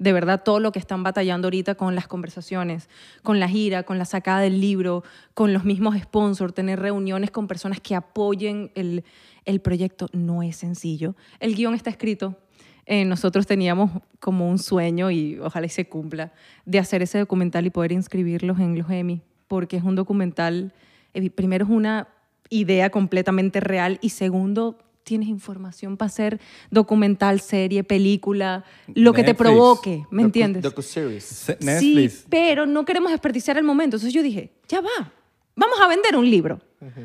[SPEAKER 3] De verdad, todo lo que están batallando ahorita con las conversaciones, con la gira, con la sacada del libro, con los mismos sponsors, tener reuniones con personas que apoyen el, el proyecto, no es sencillo. El guión está escrito. Eh, nosotros teníamos como un sueño, y ojalá y se cumpla, de hacer ese documental y poder inscribirlos en los Emmy, porque es un documental, eh, primero es una idea completamente real y segundo, tienes información para hacer documental, serie, película, lo que te
[SPEAKER 1] Netflix.
[SPEAKER 3] provoque, ¿me entiendes?
[SPEAKER 2] series.
[SPEAKER 1] Se- Netflix.
[SPEAKER 3] Sí, pero no queremos desperdiciar el momento. Entonces yo dije, ya va, vamos a vender un libro,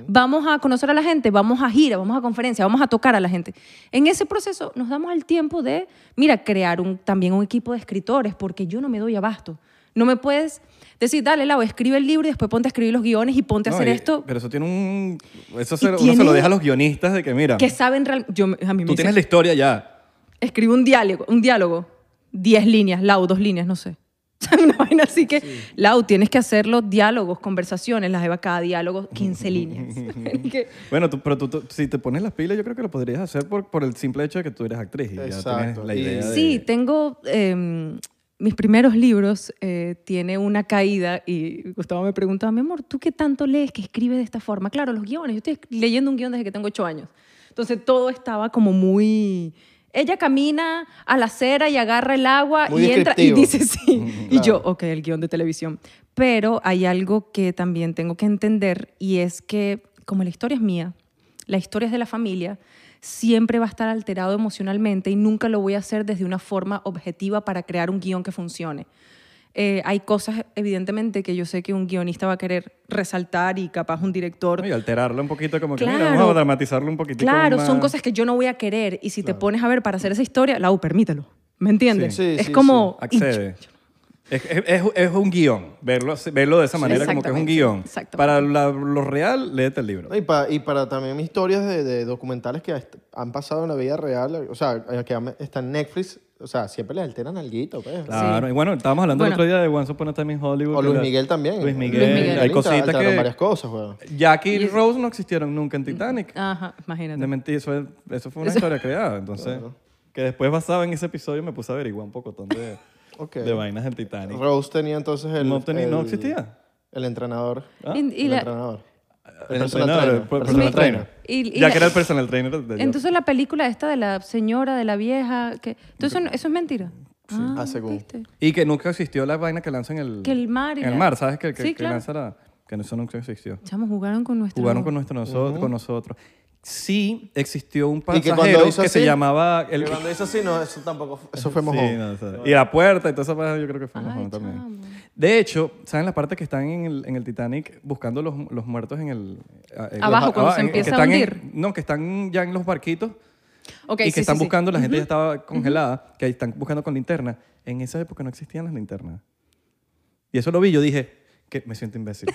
[SPEAKER 3] vamos a conocer a la gente, vamos a gira, vamos a conferencia, vamos a tocar a la gente. En ese proceso nos damos el tiempo de, mira, crear un, también un equipo de escritores, porque yo no me doy abasto. No me puedes decir, dale, Lau, escribe el libro y después ponte a escribir los guiones y ponte a
[SPEAKER 1] No,
[SPEAKER 3] hacer
[SPEAKER 1] y-
[SPEAKER 3] esto.
[SPEAKER 1] Pero eso tiene un... Eso
[SPEAKER 3] Y
[SPEAKER 1] se, uno se
[SPEAKER 3] tiene-
[SPEAKER 1] lo deja a los guionistas de que, mira,
[SPEAKER 3] Que saben realmente. Yo, me- a mí me
[SPEAKER 1] tú tienes
[SPEAKER 3] dicen,
[SPEAKER 1] la historia ya.
[SPEAKER 3] escribe un diálogo, un diálogo, 10 líneas, Lau, dos líneas, no sé. O sea, Una vaina así que, Lau, tienes que hacerlo diálogos, conversaciones, las lleva cada diálogo 15 líneas. Y que-
[SPEAKER 1] Bueno, tú- pero tú, tú- si te pones las pilas, yo creo que lo podrías hacer por, por el simple hecho de que tú eres actriz y ya tienes
[SPEAKER 2] Exacto.
[SPEAKER 1] la
[SPEAKER 2] Y-
[SPEAKER 1] idea de-
[SPEAKER 3] sí, tengo eh, mis primeros libros, eh, tiene una caída y Gustavo me preguntaba, mi amor, ¿tú qué tanto lees que escribes de esta forma? Claro, los guiones, yo estoy leyendo un guión desde que tengo 8 años. Entonces todo estaba como muy... Ella camina a la acera y agarra el agua
[SPEAKER 2] Muy
[SPEAKER 3] y entra y
[SPEAKER 2] descriptivo.
[SPEAKER 3] dice sí. Y
[SPEAKER 2] claro.
[SPEAKER 3] yo, ok, el guión de televisión. Pero hay algo que también tengo que entender y es que como la historia es mía, la historia es de la familia, siempre va a estar alterado emocionalmente y nunca lo voy a hacer desde una forma objetiva para crear un guión que funcione. Eh, hay cosas, evidentemente, que yo sé que un guionista va a querer resaltar y capaz un director
[SPEAKER 1] ¿no? Y alterarlo un poquito, como que, mira,
[SPEAKER 3] Claro.
[SPEAKER 1] vamos a dramatizarlo un poquitito
[SPEAKER 3] Claro,
[SPEAKER 1] más.
[SPEAKER 3] son cosas que yo no voy a querer y si te pones a ver para hacer esa historia, Lau, permítelo. ¿Me entiendes?
[SPEAKER 2] Sí, sí,
[SPEAKER 3] es
[SPEAKER 2] sí,
[SPEAKER 3] como...
[SPEAKER 1] Accede. Es, es- es- es un guión, verlo, verlo de esa manera como que es un
[SPEAKER 3] Exactamente,
[SPEAKER 1] guión.
[SPEAKER 3] exactamente.
[SPEAKER 1] Para la- lo real, léete el libro.
[SPEAKER 2] No, Y, pa- y para también historias de, de documentales que est- han pasado en la vida real, o sea, eh, que han- están en Netflix, o sea, siempre le alteran alguito, pues.
[SPEAKER 1] Claro, y bueno, estábamos hablando el
[SPEAKER 3] Bueno.
[SPEAKER 1] otro día de Once Upon a Time in Hollywood.
[SPEAKER 2] O
[SPEAKER 1] que
[SPEAKER 2] Luis
[SPEAKER 1] la-
[SPEAKER 2] Miguel también.
[SPEAKER 1] Luis Miguel.
[SPEAKER 3] Luis Miguel.
[SPEAKER 1] Hay cositas
[SPEAKER 2] Alteraron varias
[SPEAKER 1] que...
[SPEAKER 2] cosas, weón.
[SPEAKER 1] Jackie y Rose no existieron nunca
[SPEAKER 3] Mm.
[SPEAKER 1] en Titanic.
[SPEAKER 3] Ajá,
[SPEAKER 1] De
[SPEAKER 3] imagínate.
[SPEAKER 1] mentir, eso, es- eso fue una historia creada. Entonces, que después basado en ese episodio me puse a averiguar un poco de,
[SPEAKER 2] Ok.
[SPEAKER 1] de vainas del Titanic.
[SPEAKER 2] Rose tenía entonces el...
[SPEAKER 1] No tenía- no
[SPEAKER 2] el-
[SPEAKER 1] existía.
[SPEAKER 2] El entrenador.
[SPEAKER 1] Ah,
[SPEAKER 3] Y- y
[SPEAKER 2] el
[SPEAKER 3] la-
[SPEAKER 2] entrenador.
[SPEAKER 1] El
[SPEAKER 2] personal
[SPEAKER 1] entrenador,
[SPEAKER 2] trainer,
[SPEAKER 1] el pro-
[SPEAKER 2] personal
[SPEAKER 1] personal trainer.
[SPEAKER 3] Y- y
[SPEAKER 1] ya
[SPEAKER 3] la-
[SPEAKER 1] que era el personal trainer de- de
[SPEAKER 3] Entonces la película esta de la señora, de la vieja, que... Entonces eso, es mentira. Ah,
[SPEAKER 2] Ah, según.
[SPEAKER 3] ¿viste?
[SPEAKER 1] Y que nunca existió la vaina que lanzan en el...
[SPEAKER 3] Que el mar y
[SPEAKER 1] en el
[SPEAKER 3] la-
[SPEAKER 1] mar, ¿sabes? Que, que,
[SPEAKER 3] Sí,
[SPEAKER 1] que
[SPEAKER 3] claro.
[SPEAKER 1] lanza la... Que eso nunca existió.
[SPEAKER 3] Chamo, jugaron con nuestro...
[SPEAKER 1] Jugaron con, nuestro, nosotros, con nosotros. Sí existió un
[SPEAKER 2] que cuando
[SPEAKER 1] pasajero que,
[SPEAKER 2] hizo
[SPEAKER 1] se
[SPEAKER 2] así-
[SPEAKER 1] llamaba... El,
[SPEAKER 2] Y cuando hizo así, no, eso tampoco... fue- Eso fue
[SPEAKER 1] Sí,
[SPEAKER 2] mojón.
[SPEAKER 1] no, o sea, y la puerta y toda esa vaina yo creo que fue
[SPEAKER 3] Ay,
[SPEAKER 1] mojón también.
[SPEAKER 3] chamo.
[SPEAKER 1] De hecho, ¿saben la parte que están en el, en el Titanic buscando los, los muertos en el... a- en-
[SPEAKER 3] Abajo,
[SPEAKER 1] los- ah,
[SPEAKER 3] cuando se
[SPEAKER 1] en-
[SPEAKER 3] empieza
[SPEAKER 1] que
[SPEAKER 3] a
[SPEAKER 1] están en-
[SPEAKER 3] hundir.
[SPEAKER 1] no, que están ya en los barquitos
[SPEAKER 3] Ok,
[SPEAKER 1] y que
[SPEAKER 3] sí, sí,
[SPEAKER 1] están
[SPEAKER 3] sí.
[SPEAKER 1] buscando, la gente ya estaba congelada, que ahí están buscando con linterna. En esa época no existían las linternas. Y eso lo vi, yo dije, que me siento imbécil.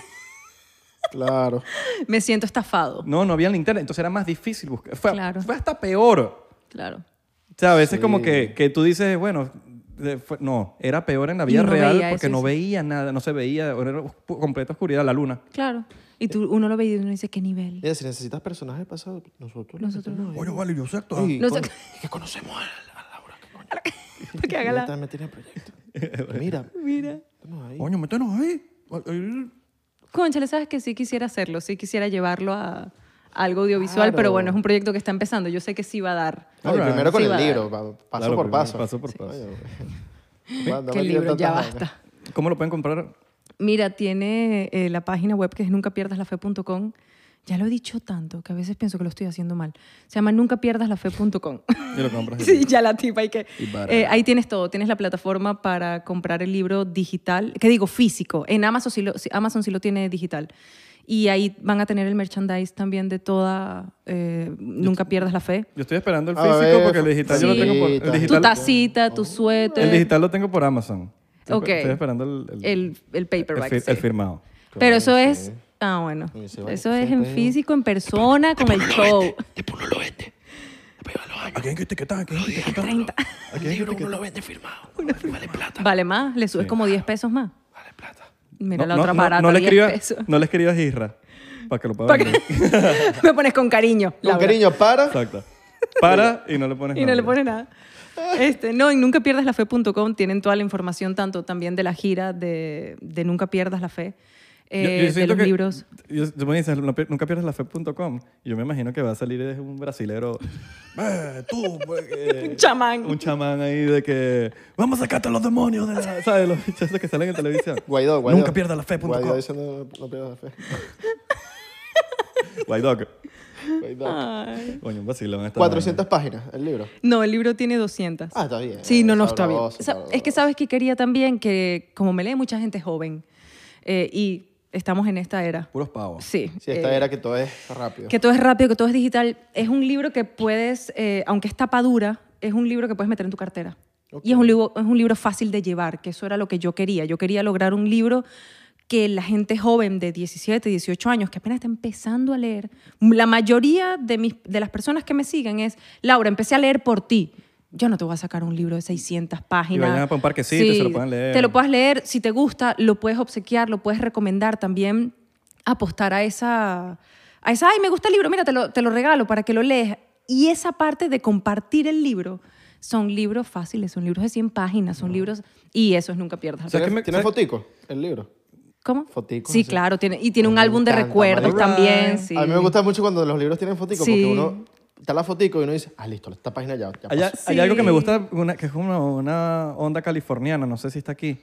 [SPEAKER 2] Claro.
[SPEAKER 3] Me siento estafado.
[SPEAKER 1] No, no había linterna, entonces era más difícil buscar. Fue,
[SPEAKER 3] Claro.
[SPEAKER 1] fue hasta peor.
[SPEAKER 3] Claro.
[SPEAKER 1] O sea, a veces como
[SPEAKER 2] Sí.
[SPEAKER 1] que, que tú dices, bueno, de- fue- no, era peor en la vida
[SPEAKER 3] no
[SPEAKER 1] real
[SPEAKER 3] veía
[SPEAKER 1] porque
[SPEAKER 3] eso,
[SPEAKER 1] no
[SPEAKER 3] sí.
[SPEAKER 1] veía nada, no se veía, era os- completa oscuridad, la luna.
[SPEAKER 3] Claro. Y tú, uno lo ve y uno dice, ¿qué
[SPEAKER 1] Eh.
[SPEAKER 3] nivel?
[SPEAKER 2] Mira, si necesitas personajes pasados, nosotros...
[SPEAKER 3] Nosotros no.
[SPEAKER 1] Oye, ah, vale, yo sé
[SPEAKER 2] Ay,
[SPEAKER 3] No
[SPEAKER 2] coño,
[SPEAKER 3] sé-
[SPEAKER 2] es que conocemos a, a Laura. que coño.
[SPEAKER 3] Que haga
[SPEAKER 2] Ella
[SPEAKER 3] la...
[SPEAKER 2] también tiene proyecto. Mira,
[SPEAKER 3] Mira.
[SPEAKER 2] estamos ahí.
[SPEAKER 1] Coño, métenos ahí.
[SPEAKER 3] Conchale, sabes que sí quisiera hacerlo, sí quisiera llevarlo a algo audiovisual,
[SPEAKER 2] Claro.
[SPEAKER 3] pero bueno, es un proyecto que está empezando. Yo sé que sí va a dar.
[SPEAKER 2] No, y primero con
[SPEAKER 3] Sí,
[SPEAKER 2] el
[SPEAKER 3] va a dar.
[SPEAKER 2] libro, pa- paso por paso.
[SPEAKER 1] Paso por paso.
[SPEAKER 2] Cuando
[SPEAKER 3] que
[SPEAKER 2] me
[SPEAKER 3] el
[SPEAKER 2] digan
[SPEAKER 3] libro ya
[SPEAKER 2] tantas vainas.
[SPEAKER 3] basta.
[SPEAKER 1] ¿Cómo lo pueden comprar?
[SPEAKER 3] Mira, tiene eh, la página web que es nuncapierdaslafe.com. Ya lo he dicho tanto que a veces pienso que lo estoy haciendo mal. Se llama nuncapierdaslafe.com.
[SPEAKER 1] Y lo compras.
[SPEAKER 3] Sí, ya la tipa hay que...
[SPEAKER 1] Y barato.
[SPEAKER 3] Eh, ahí tienes todo. Tienes la plataforma para comprar el libro digital, que digo físico. En Amazon sí lo, sí- Amazon sí lo tiene digital. Y ahí van a tener el merchandise también de toda... eh, Nunca pierdas la fe.
[SPEAKER 1] Yo estoy esperando el
[SPEAKER 2] A
[SPEAKER 1] físico
[SPEAKER 2] ver,
[SPEAKER 1] porque el digital yo lo
[SPEAKER 3] Sí.
[SPEAKER 1] tengo por el
[SPEAKER 2] Tu
[SPEAKER 3] Tu
[SPEAKER 1] digital,
[SPEAKER 3] tacita,
[SPEAKER 4] Oh.
[SPEAKER 3] tu
[SPEAKER 1] el
[SPEAKER 3] suéter,
[SPEAKER 1] digital lo tengo por Amazon. Estoy-
[SPEAKER 3] Ok.
[SPEAKER 1] Estoy esperando el,
[SPEAKER 3] el, el
[SPEAKER 1] el
[SPEAKER 3] paperback.
[SPEAKER 1] fir-
[SPEAKER 3] sí.
[SPEAKER 1] el firmado.
[SPEAKER 3] Pero eso
[SPEAKER 2] Claro,
[SPEAKER 3] es.
[SPEAKER 2] sí.
[SPEAKER 3] Ah, bueno.
[SPEAKER 2] Sí, sí, vale.
[SPEAKER 3] Eso es
[SPEAKER 2] Sí,
[SPEAKER 3] en
[SPEAKER 2] pero-
[SPEAKER 3] físico, en persona, con el show.
[SPEAKER 4] Después no lo vende. Después va a los años.
[SPEAKER 1] ¿A quién que te quetas? ¿A quién que te quetas?
[SPEAKER 3] 30.
[SPEAKER 4] El libro uno lo vende firmado. Vale plata.
[SPEAKER 3] Vale más, le subes como 10 pesos más.
[SPEAKER 4] Vale plata.
[SPEAKER 3] Mira
[SPEAKER 1] No,
[SPEAKER 3] la
[SPEAKER 1] no,
[SPEAKER 3] otra
[SPEAKER 1] no,
[SPEAKER 3] barata,
[SPEAKER 1] no le
[SPEAKER 3] 10
[SPEAKER 1] escribas-
[SPEAKER 3] pesos.
[SPEAKER 1] No le escribas Isra para que lo pueda
[SPEAKER 3] Pa' que-
[SPEAKER 1] vender.
[SPEAKER 3] Me pones con cariño.
[SPEAKER 2] Con
[SPEAKER 3] Laura.
[SPEAKER 2] cariño, para.
[SPEAKER 1] Exacto. Para y no le pones
[SPEAKER 3] Y no le
[SPEAKER 1] nombre.
[SPEAKER 3] pones nada. Este, no, y nunca pierdas la fe.com tienen toda la información, tanto también de la gira de, de Nunca Pierdas la Fe,
[SPEAKER 1] Yo-
[SPEAKER 3] eh,
[SPEAKER 1] yo
[SPEAKER 3] de
[SPEAKER 1] siento
[SPEAKER 3] los
[SPEAKER 1] que-
[SPEAKER 3] libros.
[SPEAKER 1] Yo, tú me dices, "No pier- nunca pierdas la fe.com. Y yo me imagino que va a salir es un brasilero. "Eh, tú, pues, eh",
[SPEAKER 3] Un chamán.
[SPEAKER 1] Un chamán ahí de que. Vamos a sacarte los demonios de la. ¿Sabes? Los bichazos que salen en televisión.
[SPEAKER 2] Guaidó, Guaidó.
[SPEAKER 1] Nunca pierdas la fe.com.
[SPEAKER 2] Guaidó diciendo, no pierdas la fe.
[SPEAKER 1] White Dog.
[SPEAKER 3] Ah. Ay.
[SPEAKER 1] Coño, un vacilón. esta
[SPEAKER 2] 400 páginas el libro.
[SPEAKER 3] No, el libro tiene 200.
[SPEAKER 2] Ah, está bien.
[SPEAKER 3] Sí, no, no, está bien.
[SPEAKER 2] Sabroso,
[SPEAKER 3] Sa- Es que
[SPEAKER 2] sabroso.
[SPEAKER 3] sabes que quería también que, como me lee mucha gente joven, eh, y estamos en esta era.
[SPEAKER 1] vaina. Puros pavos.
[SPEAKER 3] Sí.
[SPEAKER 2] Sí, esta
[SPEAKER 3] eh,
[SPEAKER 2] era que todo es rápido.
[SPEAKER 3] Que todo es rápido, que todo es digital. Es un libro que puedes, eh, aunque es tapadura, es un libro que puedes meter en tu cartera.
[SPEAKER 2] Ok.
[SPEAKER 3] Y es un, libro, es un libro fácil de llevar, que eso era lo que yo quería. Yo quería lograr un libro que la gente joven de 17, 18 años, que apenas está empezando a leer, la mayoría de, mis, de las personas que me siguen es, Laura, empecé a leer por ti. Yo no te voy a sacar un libro de 600 páginas.
[SPEAKER 1] vayan a un parquecito y se lo puedan leer.
[SPEAKER 3] Te lo puedas leer, si te gusta, lo puedes obsequiar, lo puedes recomendar también, apostar a esa, a esa, ay, me gusta el libro, mira, te lo, te lo regalo para que lo leas. Y esa parte de compartir el libro, son libros fáciles, son libros de 100 páginas, son libros, y esos nunca pierdas.
[SPEAKER 1] ¿Sabes
[SPEAKER 2] ¿Tiene,
[SPEAKER 1] qué me-
[SPEAKER 2] ¿tiene
[SPEAKER 1] sabes-
[SPEAKER 2] fotico el libro?
[SPEAKER 3] ¿cómo?
[SPEAKER 2] Foticos,
[SPEAKER 3] sí,
[SPEAKER 2] así.
[SPEAKER 3] claro, tiene, y tiene un
[SPEAKER 2] Me
[SPEAKER 3] álbum de
[SPEAKER 2] encanta,
[SPEAKER 3] recuerdos
[SPEAKER 2] marico.
[SPEAKER 3] también.
[SPEAKER 1] Alright.
[SPEAKER 3] sí.
[SPEAKER 2] A mí me gusta mucho cuando los libros tienen fotico,
[SPEAKER 3] Sí.
[SPEAKER 2] porque uno está la fotico y uno dice, ah, listo, esta página ya, ya
[SPEAKER 1] Hay,
[SPEAKER 2] pasó.
[SPEAKER 1] hay algo que me
[SPEAKER 3] Sí.
[SPEAKER 1] gusta, una- que es una, una onda californiana, no sé si está aquí,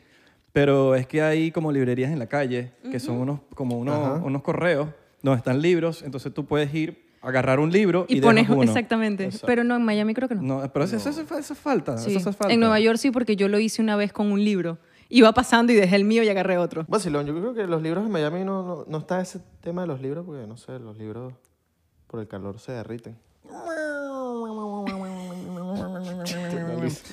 [SPEAKER 1] pero es que hay como librerías en la calle, que son unos, como unos, unos correos donde están libros, entonces tú puedes ir, agarrar un libro y,
[SPEAKER 3] Y pones,
[SPEAKER 1] dejas uno.
[SPEAKER 3] exactamente, pero no, en Miami creo que no.
[SPEAKER 1] No, pero eso, eso, eso- eso es falta,
[SPEAKER 3] Sí.
[SPEAKER 1] eso hace falta.
[SPEAKER 3] En Nueva York sí, porque yo lo hice una vez con un libro. Iba pasando y dejé el mío y agarré otro.
[SPEAKER 2] Vacilón, yo creo que los libros en Miami no, no, no está ese tema de los libros, porque no sé, los libros por el calor se derriten.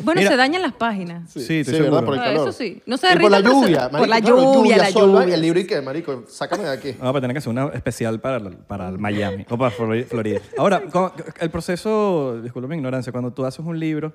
[SPEAKER 3] Bueno,
[SPEAKER 1] Mira-
[SPEAKER 3] se dañan las páginas.
[SPEAKER 1] Sí, estoy
[SPEAKER 2] ¿verdad?
[SPEAKER 1] seguro.
[SPEAKER 2] Por el
[SPEAKER 3] Ah,
[SPEAKER 2] calor.
[SPEAKER 3] eso sí. No se
[SPEAKER 2] Y por la
[SPEAKER 3] derriten, pero se-
[SPEAKER 2] lluvia,
[SPEAKER 3] por
[SPEAKER 2] marico,
[SPEAKER 3] la
[SPEAKER 2] claro,
[SPEAKER 3] lluvia, la
[SPEAKER 2] sol, ¿vale?
[SPEAKER 3] lluvia.
[SPEAKER 2] El libro y qué, marico, sácame de aquí.
[SPEAKER 1] Vamos a tener que hacer una especial para, el- para el Miami o para Flor- Florida. Ahora, con- el proceso, disculpa mi ignorancia, cuando tú haces un libro,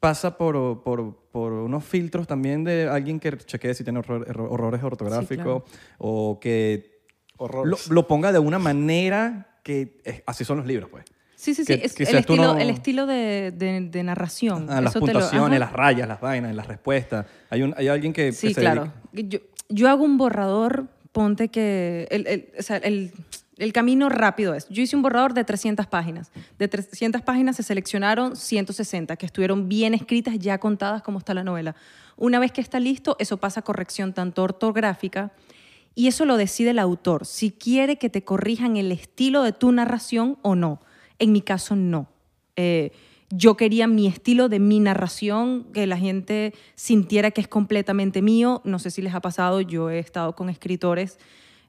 [SPEAKER 1] pasa por, por, por unos filtros también de alguien que chequee si tiene horror- erro- horrores ortográficos o que lo,
[SPEAKER 2] Horrores.
[SPEAKER 1] lo ponga de una manera que es- así son los libros, pues.
[SPEAKER 3] Sí, sí, sí.
[SPEAKER 1] Que
[SPEAKER 3] es
[SPEAKER 1] quizás
[SPEAKER 3] el,
[SPEAKER 1] tú
[SPEAKER 3] estilo,
[SPEAKER 1] no-
[SPEAKER 3] el estilo de, de- de narración.
[SPEAKER 1] Ah, las
[SPEAKER 3] Eso te lo-
[SPEAKER 1] puntuaciones,
[SPEAKER 3] ajá.
[SPEAKER 1] las rayas, las vainas, las respuestas. Hay, un, hay alguien que...
[SPEAKER 3] Sí,
[SPEAKER 1] que se
[SPEAKER 3] claro.
[SPEAKER 1] dedica-
[SPEAKER 3] Yo, yo hago un borrador, ponte que... El, el- o sea, el- el camino rápido es, yo hice un borrador de 300 páginas. De 300 páginas se seleccionaron 160, que estuvieron bien escritas, ya contadas como está la novela. Una vez que está listo, eso pasa a corrección tanto ortográfica y eso lo decide el autor, si quiere que te corrijan el estilo de tu narración o no. En mi caso, no. Eh, yo quería mi estilo de mi narración, que la gente sintiera que es completamente mío. No sé si les ha pasado, yo he estado con escritores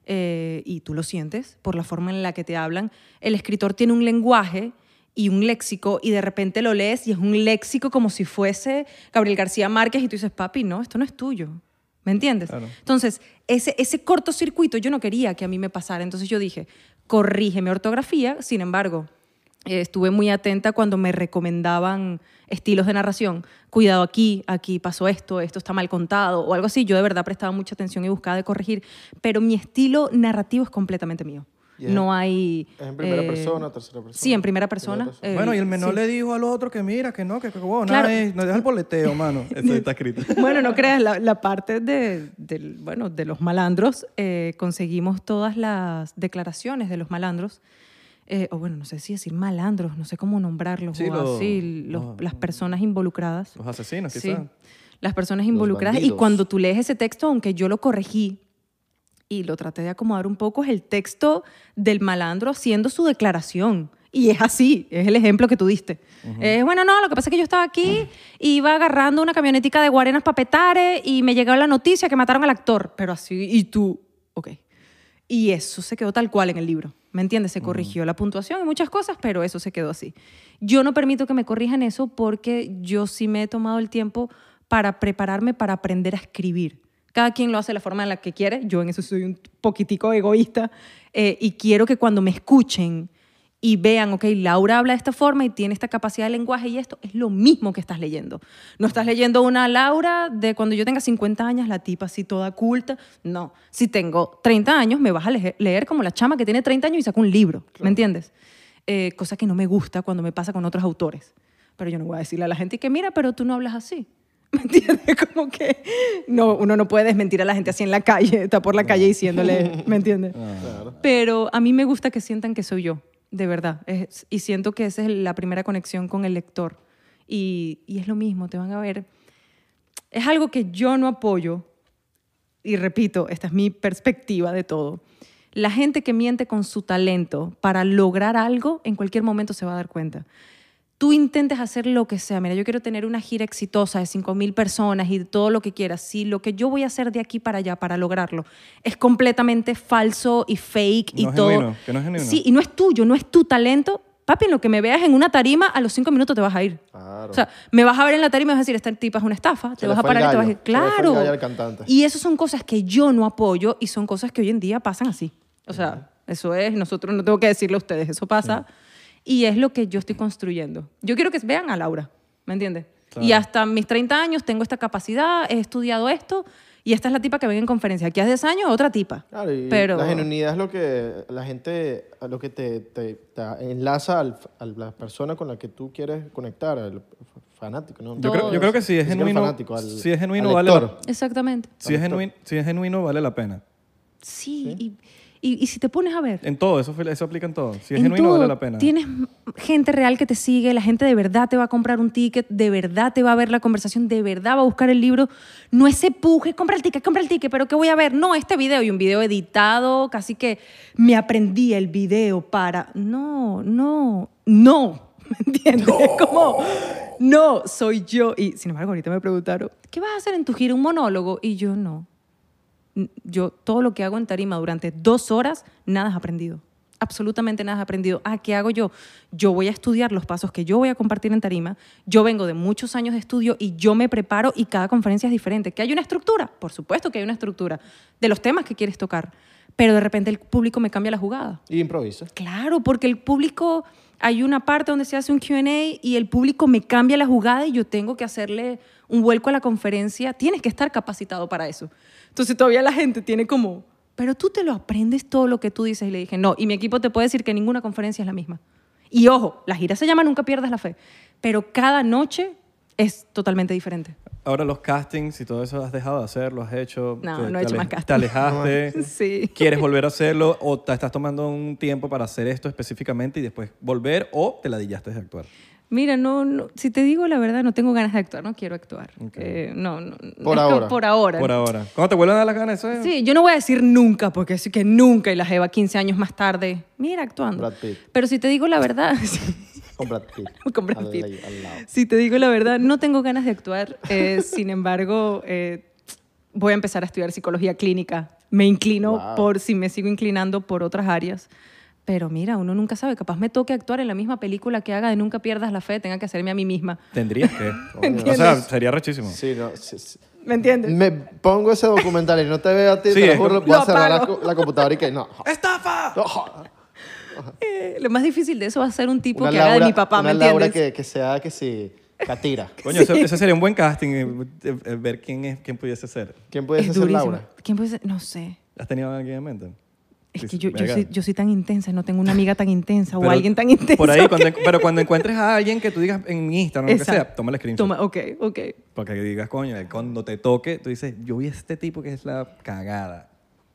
[SPEAKER 3] eh, y tú lo sientes por la forma en la que te hablan. El escritor tiene un lenguaje y un léxico y de repente lo lees y es un léxico como si fuese Gabriel García Márquez y tú dices, papi, no, esto no es tuyo. ¿Me entiendes?
[SPEAKER 1] Claro.
[SPEAKER 3] Entonces, ese, ese cortocircuito yo no quería que a mí me pasara. Entonces yo dije, corrígeme ortografía. Sin embargo, eh, estuve muy atenta cuando me recomendaban estilos de narración. Cuidado aquí, aquí pasó esto, esto está mal contado o algo así. Yo de verdad prestaba mucha atención y buscaba de corregir. Pero mi estilo narrativo es completamente mío.
[SPEAKER 2] Y es-
[SPEAKER 3] No hay...
[SPEAKER 2] ¿Es en primera
[SPEAKER 3] eh,
[SPEAKER 2] persona, tercera persona?
[SPEAKER 3] Sí, en primera persona.
[SPEAKER 2] Primera
[SPEAKER 3] eh,
[SPEAKER 1] Bueno, y el menor
[SPEAKER 3] sí.
[SPEAKER 1] le dijo al otro que mira, que no, que, que huevón,
[SPEAKER 3] Claro.
[SPEAKER 1] nada, eh, no deja el boleteo, mano. Eso está escrito.
[SPEAKER 3] Bueno, no creas, la, la parte de, del- bueno, de los malandros, eh, conseguimos todas las declaraciones de los malandros, eh, o bueno, no sé si decir malandros, no sé cómo nombrarlos,
[SPEAKER 1] Sí,
[SPEAKER 3] o
[SPEAKER 1] lo- ah.
[SPEAKER 3] así, los-
[SPEAKER 1] los-
[SPEAKER 3] las personas involucradas.
[SPEAKER 1] Los asesinos,
[SPEAKER 3] Sí,
[SPEAKER 1] quizás.
[SPEAKER 3] las personas involucradas. Y
[SPEAKER 2] bandidos.
[SPEAKER 3] cuando tú lees ese texto, aunque yo lo corregí y lo traté de acomodar un poco, es el texto del malandro haciendo su declaración. Y es así, es el ejemplo que tú diste. Es, bueno, no, lo que pasa es que yo estaba aquí, iba agarrando una camionetica de Guarenas Papetare y me llegó la noticia que mataron al actor. Pero así, y tú, ok. Y eso se quedó tal cual en el libro. ¿Me entiendes? Se corrigió la puntuación y muchas cosas, pero eso se quedó así. Yo no permito que me corrijan eso porque yo sí me he tomado el tiempo para prepararme para aprender a escribir. Cada quien lo hace de la forma en la que quiere. Yo en eso soy un poquitico egoísta eh, y quiero que cuando me escuchen y vean, ok, Laura habla de esta forma y tiene esta capacidad de lenguaje y esto es lo mismo que estás leyendo. No estás leyendo una Laura de cuando yo tenga 50 años, la tipa así toda culta. No, si tengo 30 años me vas a leer, leer como la chama que tiene 30 años y saca un libro, ¿me entiendes? Eh, cosa que no me gusta cuando me pasa con otros autores. Pero yo no voy a decirle a la gente que mira, pero tú no hablas así. ¿Me entiendes? Como que no, uno no puede desmentir a la gente así en la calle, está por la calle diciéndole, ¿me entiendes?
[SPEAKER 1] Ah.
[SPEAKER 3] Pero a mí me gusta que sientan que soy yo, de verdad. Es- y siento que esa es la primera conexión con el lector. Y, y es lo mismo, te van a ver. Es algo que yo no apoyo, y repito, esta es mi perspectiva de todo. La gente que miente con su talento para lograr algo, en cualquier momento se va a dar cuenta. Tú intentes hacer lo que sea. Mira, yo quiero tener una gira exitosa de 5.000 personas y todo lo que quieras. Si lo que yo voy a hacer de aquí para allá para lograrlo es completamente falso y fake y
[SPEAKER 1] No es
[SPEAKER 3] todo.
[SPEAKER 1] genuino, que no es genuino.
[SPEAKER 3] Sí, y no es tuyo, no es tu talento. Papi, en lo que me veas en una tarima, a los cinco minutos te vas a ir.
[SPEAKER 2] Claro.
[SPEAKER 3] O sea, me vas a ver en la tarima y me vas a decir, esta tipa es una estafa.
[SPEAKER 2] Se
[SPEAKER 3] te
[SPEAKER 2] le
[SPEAKER 3] vas a
[SPEAKER 2] fue el
[SPEAKER 3] parar y te vas a ir.
[SPEAKER 2] gallo, se le fue el
[SPEAKER 3] Claro.
[SPEAKER 2] gallo al cantante.
[SPEAKER 3] Y esas son cosas que yo no apoyo y son cosas que hoy en día pasan así. O sea, eso es, nosotros no tengo que decirle a ustedes, eso pasa. Y es lo que yo estoy construyendo. Yo quiero que vean a Laura, ¿me entiendes? Y hasta mis 30 años tengo esta capacidad, he estudiado esto y esta es la tipa que ven en conferencia. Aquí hace 10 años, otra tipa.
[SPEAKER 2] Claro, y
[SPEAKER 3] Pero
[SPEAKER 2] la genuinidad es lo que la gente, a lo que te, te- te enlaza al, a la persona con la que tú quieres conectar, al fanático, ¿no?
[SPEAKER 1] Yo creo, yo
[SPEAKER 3] Todos.
[SPEAKER 1] creo que si
[SPEAKER 2] Ni
[SPEAKER 1] es
[SPEAKER 2] siquiera
[SPEAKER 1] genuino,
[SPEAKER 2] fanático, al-
[SPEAKER 1] si es
[SPEAKER 2] al
[SPEAKER 1] genuino vale,
[SPEAKER 2] lector.
[SPEAKER 1] la-
[SPEAKER 3] Exactamente.
[SPEAKER 1] si es genuino, si es genuino vale la pena.
[SPEAKER 3] Sí, Y, y- y si te pones a ver,
[SPEAKER 1] En todo, eso, eso aplica en todo. Si es
[SPEAKER 3] en
[SPEAKER 1] genuino
[SPEAKER 3] todo,
[SPEAKER 1] vale la pena.
[SPEAKER 3] Tienes gente real que te sigue, la gente de verdad te va a comprar un ticket, de verdad te va a ver la conversación, de verdad va a buscar el libro. No ese puje, compra el ticket, compra el ticket, pero ¿qué voy a ver? No, este video y un video editado, casi que me aprendí el video para. No, no, no. ¿Me entiendes? Como, no, soy yo. Y sin embargo, ahorita me preguntaron, ¿qué vas a hacer en tu gira? ¿Un monólogo? Y yo no. N- yo todo lo que hago en tarima durante dos horas, nada has aprendido. Absolutamente nada has aprendido. Ah, ¿qué hago yo? Yo voy a estudiar los pasos que yo voy a compartir en tarima. Yo vengo de muchos años de estudio y yo me preparo y cada conferencia es diferente. ¿Que hay una estructura? Por supuesto que hay una estructura de los temas que quieres tocar. Pero de repente el público me cambia la jugada.
[SPEAKER 2] Y improvisa.
[SPEAKER 3] Claro, porque el público, hay una parte donde se hace un QA y el público me cambia la jugada y yo tengo que hacerle un vuelco a la conferencia. Tienes que estar capacitado para eso. Entonces todavía la gente tiene como, pero tú te lo aprendes todo lo que tú dices. Y le dije, no, y mi equipo te puede decir que ninguna conferencia es la misma. Y ojo, la gira se llama Nunca pierdas la fe, pero cada noche es totalmente diferente.
[SPEAKER 1] Ahora los castings y todo eso, ¿has dejado de hacerlo? ¿Has hecho?
[SPEAKER 3] No,
[SPEAKER 1] te-
[SPEAKER 3] no he
[SPEAKER 1] te
[SPEAKER 3] hecho
[SPEAKER 1] ale-
[SPEAKER 3] más casting.
[SPEAKER 1] ¿Te alejaste?
[SPEAKER 3] Sí.
[SPEAKER 1] ¿Quieres volver a hacerlo o te estás tomando un tiempo para hacer esto específicamente y después volver o te ladillaste de actuar?
[SPEAKER 3] Mira, no, no, si te digo la verdad, no tengo ganas de actuar, no quiero actuar. Eh, no, no,
[SPEAKER 2] Por
[SPEAKER 3] es que
[SPEAKER 2] ahora.
[SPEAKER 3] Por ahora.
[SPEAKER 1] Por ahora. ¿Cuándo te vuelven a dar las ganas? Eso es-
[SPEAKER 3] Sí, yo no voy a decir nunca, porque es que nunca y la lleva 15 años más tarde. Mira, actuando.
[SPEAKER 2] Brad Pitt.
[SPEAKER 3] Pero si te digo la verdad, sí,
[SPEAKER 2] Con Brad Pitt.
[SPEAKER 3] con Brad
[SPEAKER 2] al-
[SPEAKER 3] Pitt.
[SPEAKER 2] ahí, al lado.
[SPEAKER 3] si te digo la verdad, no tengo ganas de actuar. eh, sin embargo, eh, voy a empezar a estudiar psicología clínica. Me inclino
[SPEAKER 2] Wow.
[SPEAKER 3] por si me sigo inclinando por otras áreas. Pero mira, uno nunca sabe. Capaz me toque actuar en la misma película que haga de Nunca pierdas la fe, tenga que hacerme a mí misma.
[SPEAKER 1] Tendrías que. o sea,
[SPEAKER 3] ¿Entiendes?
[SPEAKER 1] sería rechísimo.
[SPEAKER 2] Sí, no, sí, sí.
[SPEAKER 3] ¿Me entiendes?
[SPEAKER 2] Me pongo ese documental y no te veo a ti,
[SPEAKER 1] Sí,
[SPEAKER 2] te lo
[SPEAKER 1] es
[SPEAKER 2] juro,
[SPEAKER 1] como-
[SPEAKER 2] voy a
[SPEAKER 3] Lo
[SPEAKER 2] cerrar la,
[SPEAKER 3] apago.
[SPEAKER 2] co- la computadora y que no.
[SPEAKER 1] ¡Estafa!
[SPEAKER 2] no, joder.
[SPEAKER 3] Eh, lo más difícil de eso va a ser un tipo
[SPEAKER 2] Una
[SPEAKER 3] que haga de
[SPEAKER 2] Laura-
[SPEAKER 3] mi papá,
[SPEAKER 2] una
[SPEAKER 3] ¿me entiendes?
[SPEAKER 2] Laura que, que sea, que si, catira.
[SPEAKER 1] Coño, eso- ese sería un buen casting, eh, eh, eh, ver quién, es, quién pudiese ser.
[SPEAKER 2] ¿Quién puede
[SPEAKER 3] es
[SPEAKER 2] ser
[SPEAKER 3] durísimo.
[SPEAKER 2] Laura?
[SPEAKER 3] ¿Quién puede ser? No sé.
[SPEAKER 1] ¿Has tenido a alguien en mente?
[SPEAKER 3] Es que
[SPEAKER 1] Dices,
[SPEAKER 3] yo, yo,
[SPEAKER 1] "Verga".
[SPEAKER 3] soy, yo soy tan intensa, no tengo una amiga tan intensa o
[SPEAKER 1] Pero
[SPEAKER 3] alguien tan intenso.
[SPEAKER 1] Por ahí,
[SPEAKER 3] que-
[SPEAKER 1] cuando en- pero cuando encuentres a alguien que tú digas en mi Instagram o lo que
[SPEAKER 3] Exacto.
[SPEAKER 1] sea, toma el screenshot.
[SPEAKER 3] Toma, ok, ok.
[SPEAKER 1] Porque digas, coño, cuando te toque, tú dices, yo vi a este tipo que es la cagada.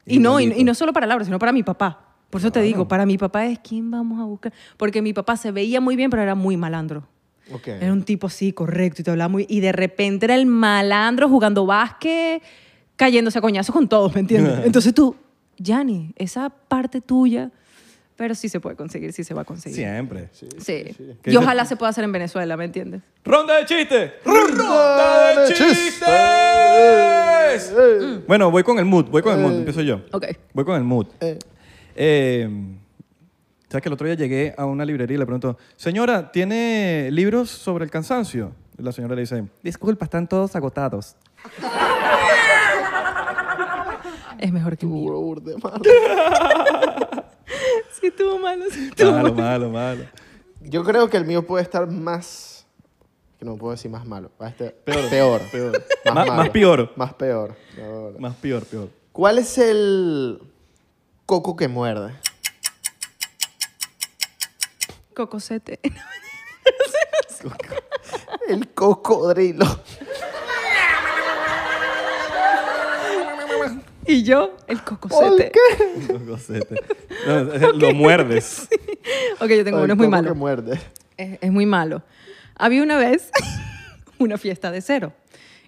[SPEAKER 3] Y no, y,
[SPEAKER 1] Igualito.
[SPEAKER 3] y no solo para Laura, sino para mi papá. Por eso te digo, para mi papá es quién vamos a buscar. Porque mi papá se veía muy bien, pero era muy malandro.
[SPEAKER 2] Ok.
[SPEAKER 1] Eh.
[SPEAKER 3] Era un tipo así, correcto, y te hablaba muy... Y de repente era el malandro jugando básquet, cayéndose a coñazos con todos, ¿me entiendes? Entonces tú, Yanni, esa parte tuya, pero sí se puede conseguir, sí se va a conseguir.
[SPEAKER 1] Siempre.
[SPEAKER 3] Sí.
[SPEAKER 1] ¿Qué
[SPEAKER 3] Y
[SPEAKER 1] dice-
[SPEAKER 3] ojalá se pueda hacer en Venezuela, ¿me entiendes?
[SPEAKER 1] ¡Ronda de chistes! ¡Ronda de chistes! Eh. Bueno, voy con el mood, voy con el mood, empiezo yo.
[SPEAKER 3] Ok.
[SPEAKER 1] Voy con el mood.
[SPEAKER 2] Eh.
[SPEAKER 1] Eh, ¿Sabes que el otro día llegué a una librería y le pregunto, señora, ¿tiene libros sobre el cansancio? Y la señora le dice, disculpa, están todos agotados.
[SPEAKER 3] Es mejor que el mío.
[SPEAKER 2] Burda, madre.
[SPEAKER 3] Sí, estuvo malo. sí, estuvo
[SPEAKER 1] Malo,
[SPEAKER 3] malo.
[SPEAKER 1] malo, malo.
[SPEAKER 2] Yo creo que el mío puede estar más. Que no puedo decir más malo. Va a estar peor. Peor. Más,
[SPEAKER 1] Más-
[SPEAKER 2] malo.
[SPEAKER 1] más peor.
[SPEAKER 2] Más peor. peor.
[SPEAKER 1] Más peor, peor.
[SPEAKER 2] ¿Cuál es el coco que muerde?
[SPEAKER 3] Cocosete.
[SPEAKER 2] El cocodrilo.
[SPEAKER 3] Y yo, el
[SPEAKER 2] ¿Por
[SPEAKER 3] cocosete.
[SPEAKER 2] qué?
[SPEAKER 1] Los gocetes. No, es- lo muerdes.
[SPEAKER 3] Ok, yo tengo
[SPEAKER 2] El
[SPEAKER 3] uno, es muy
[SPEAKER 2] coco
[SPEAKER 3] malo.
[SPEAKER 2] que muerde.
[SPEAKER 3] Es, es muy malo. Había una vez una fiesta de cero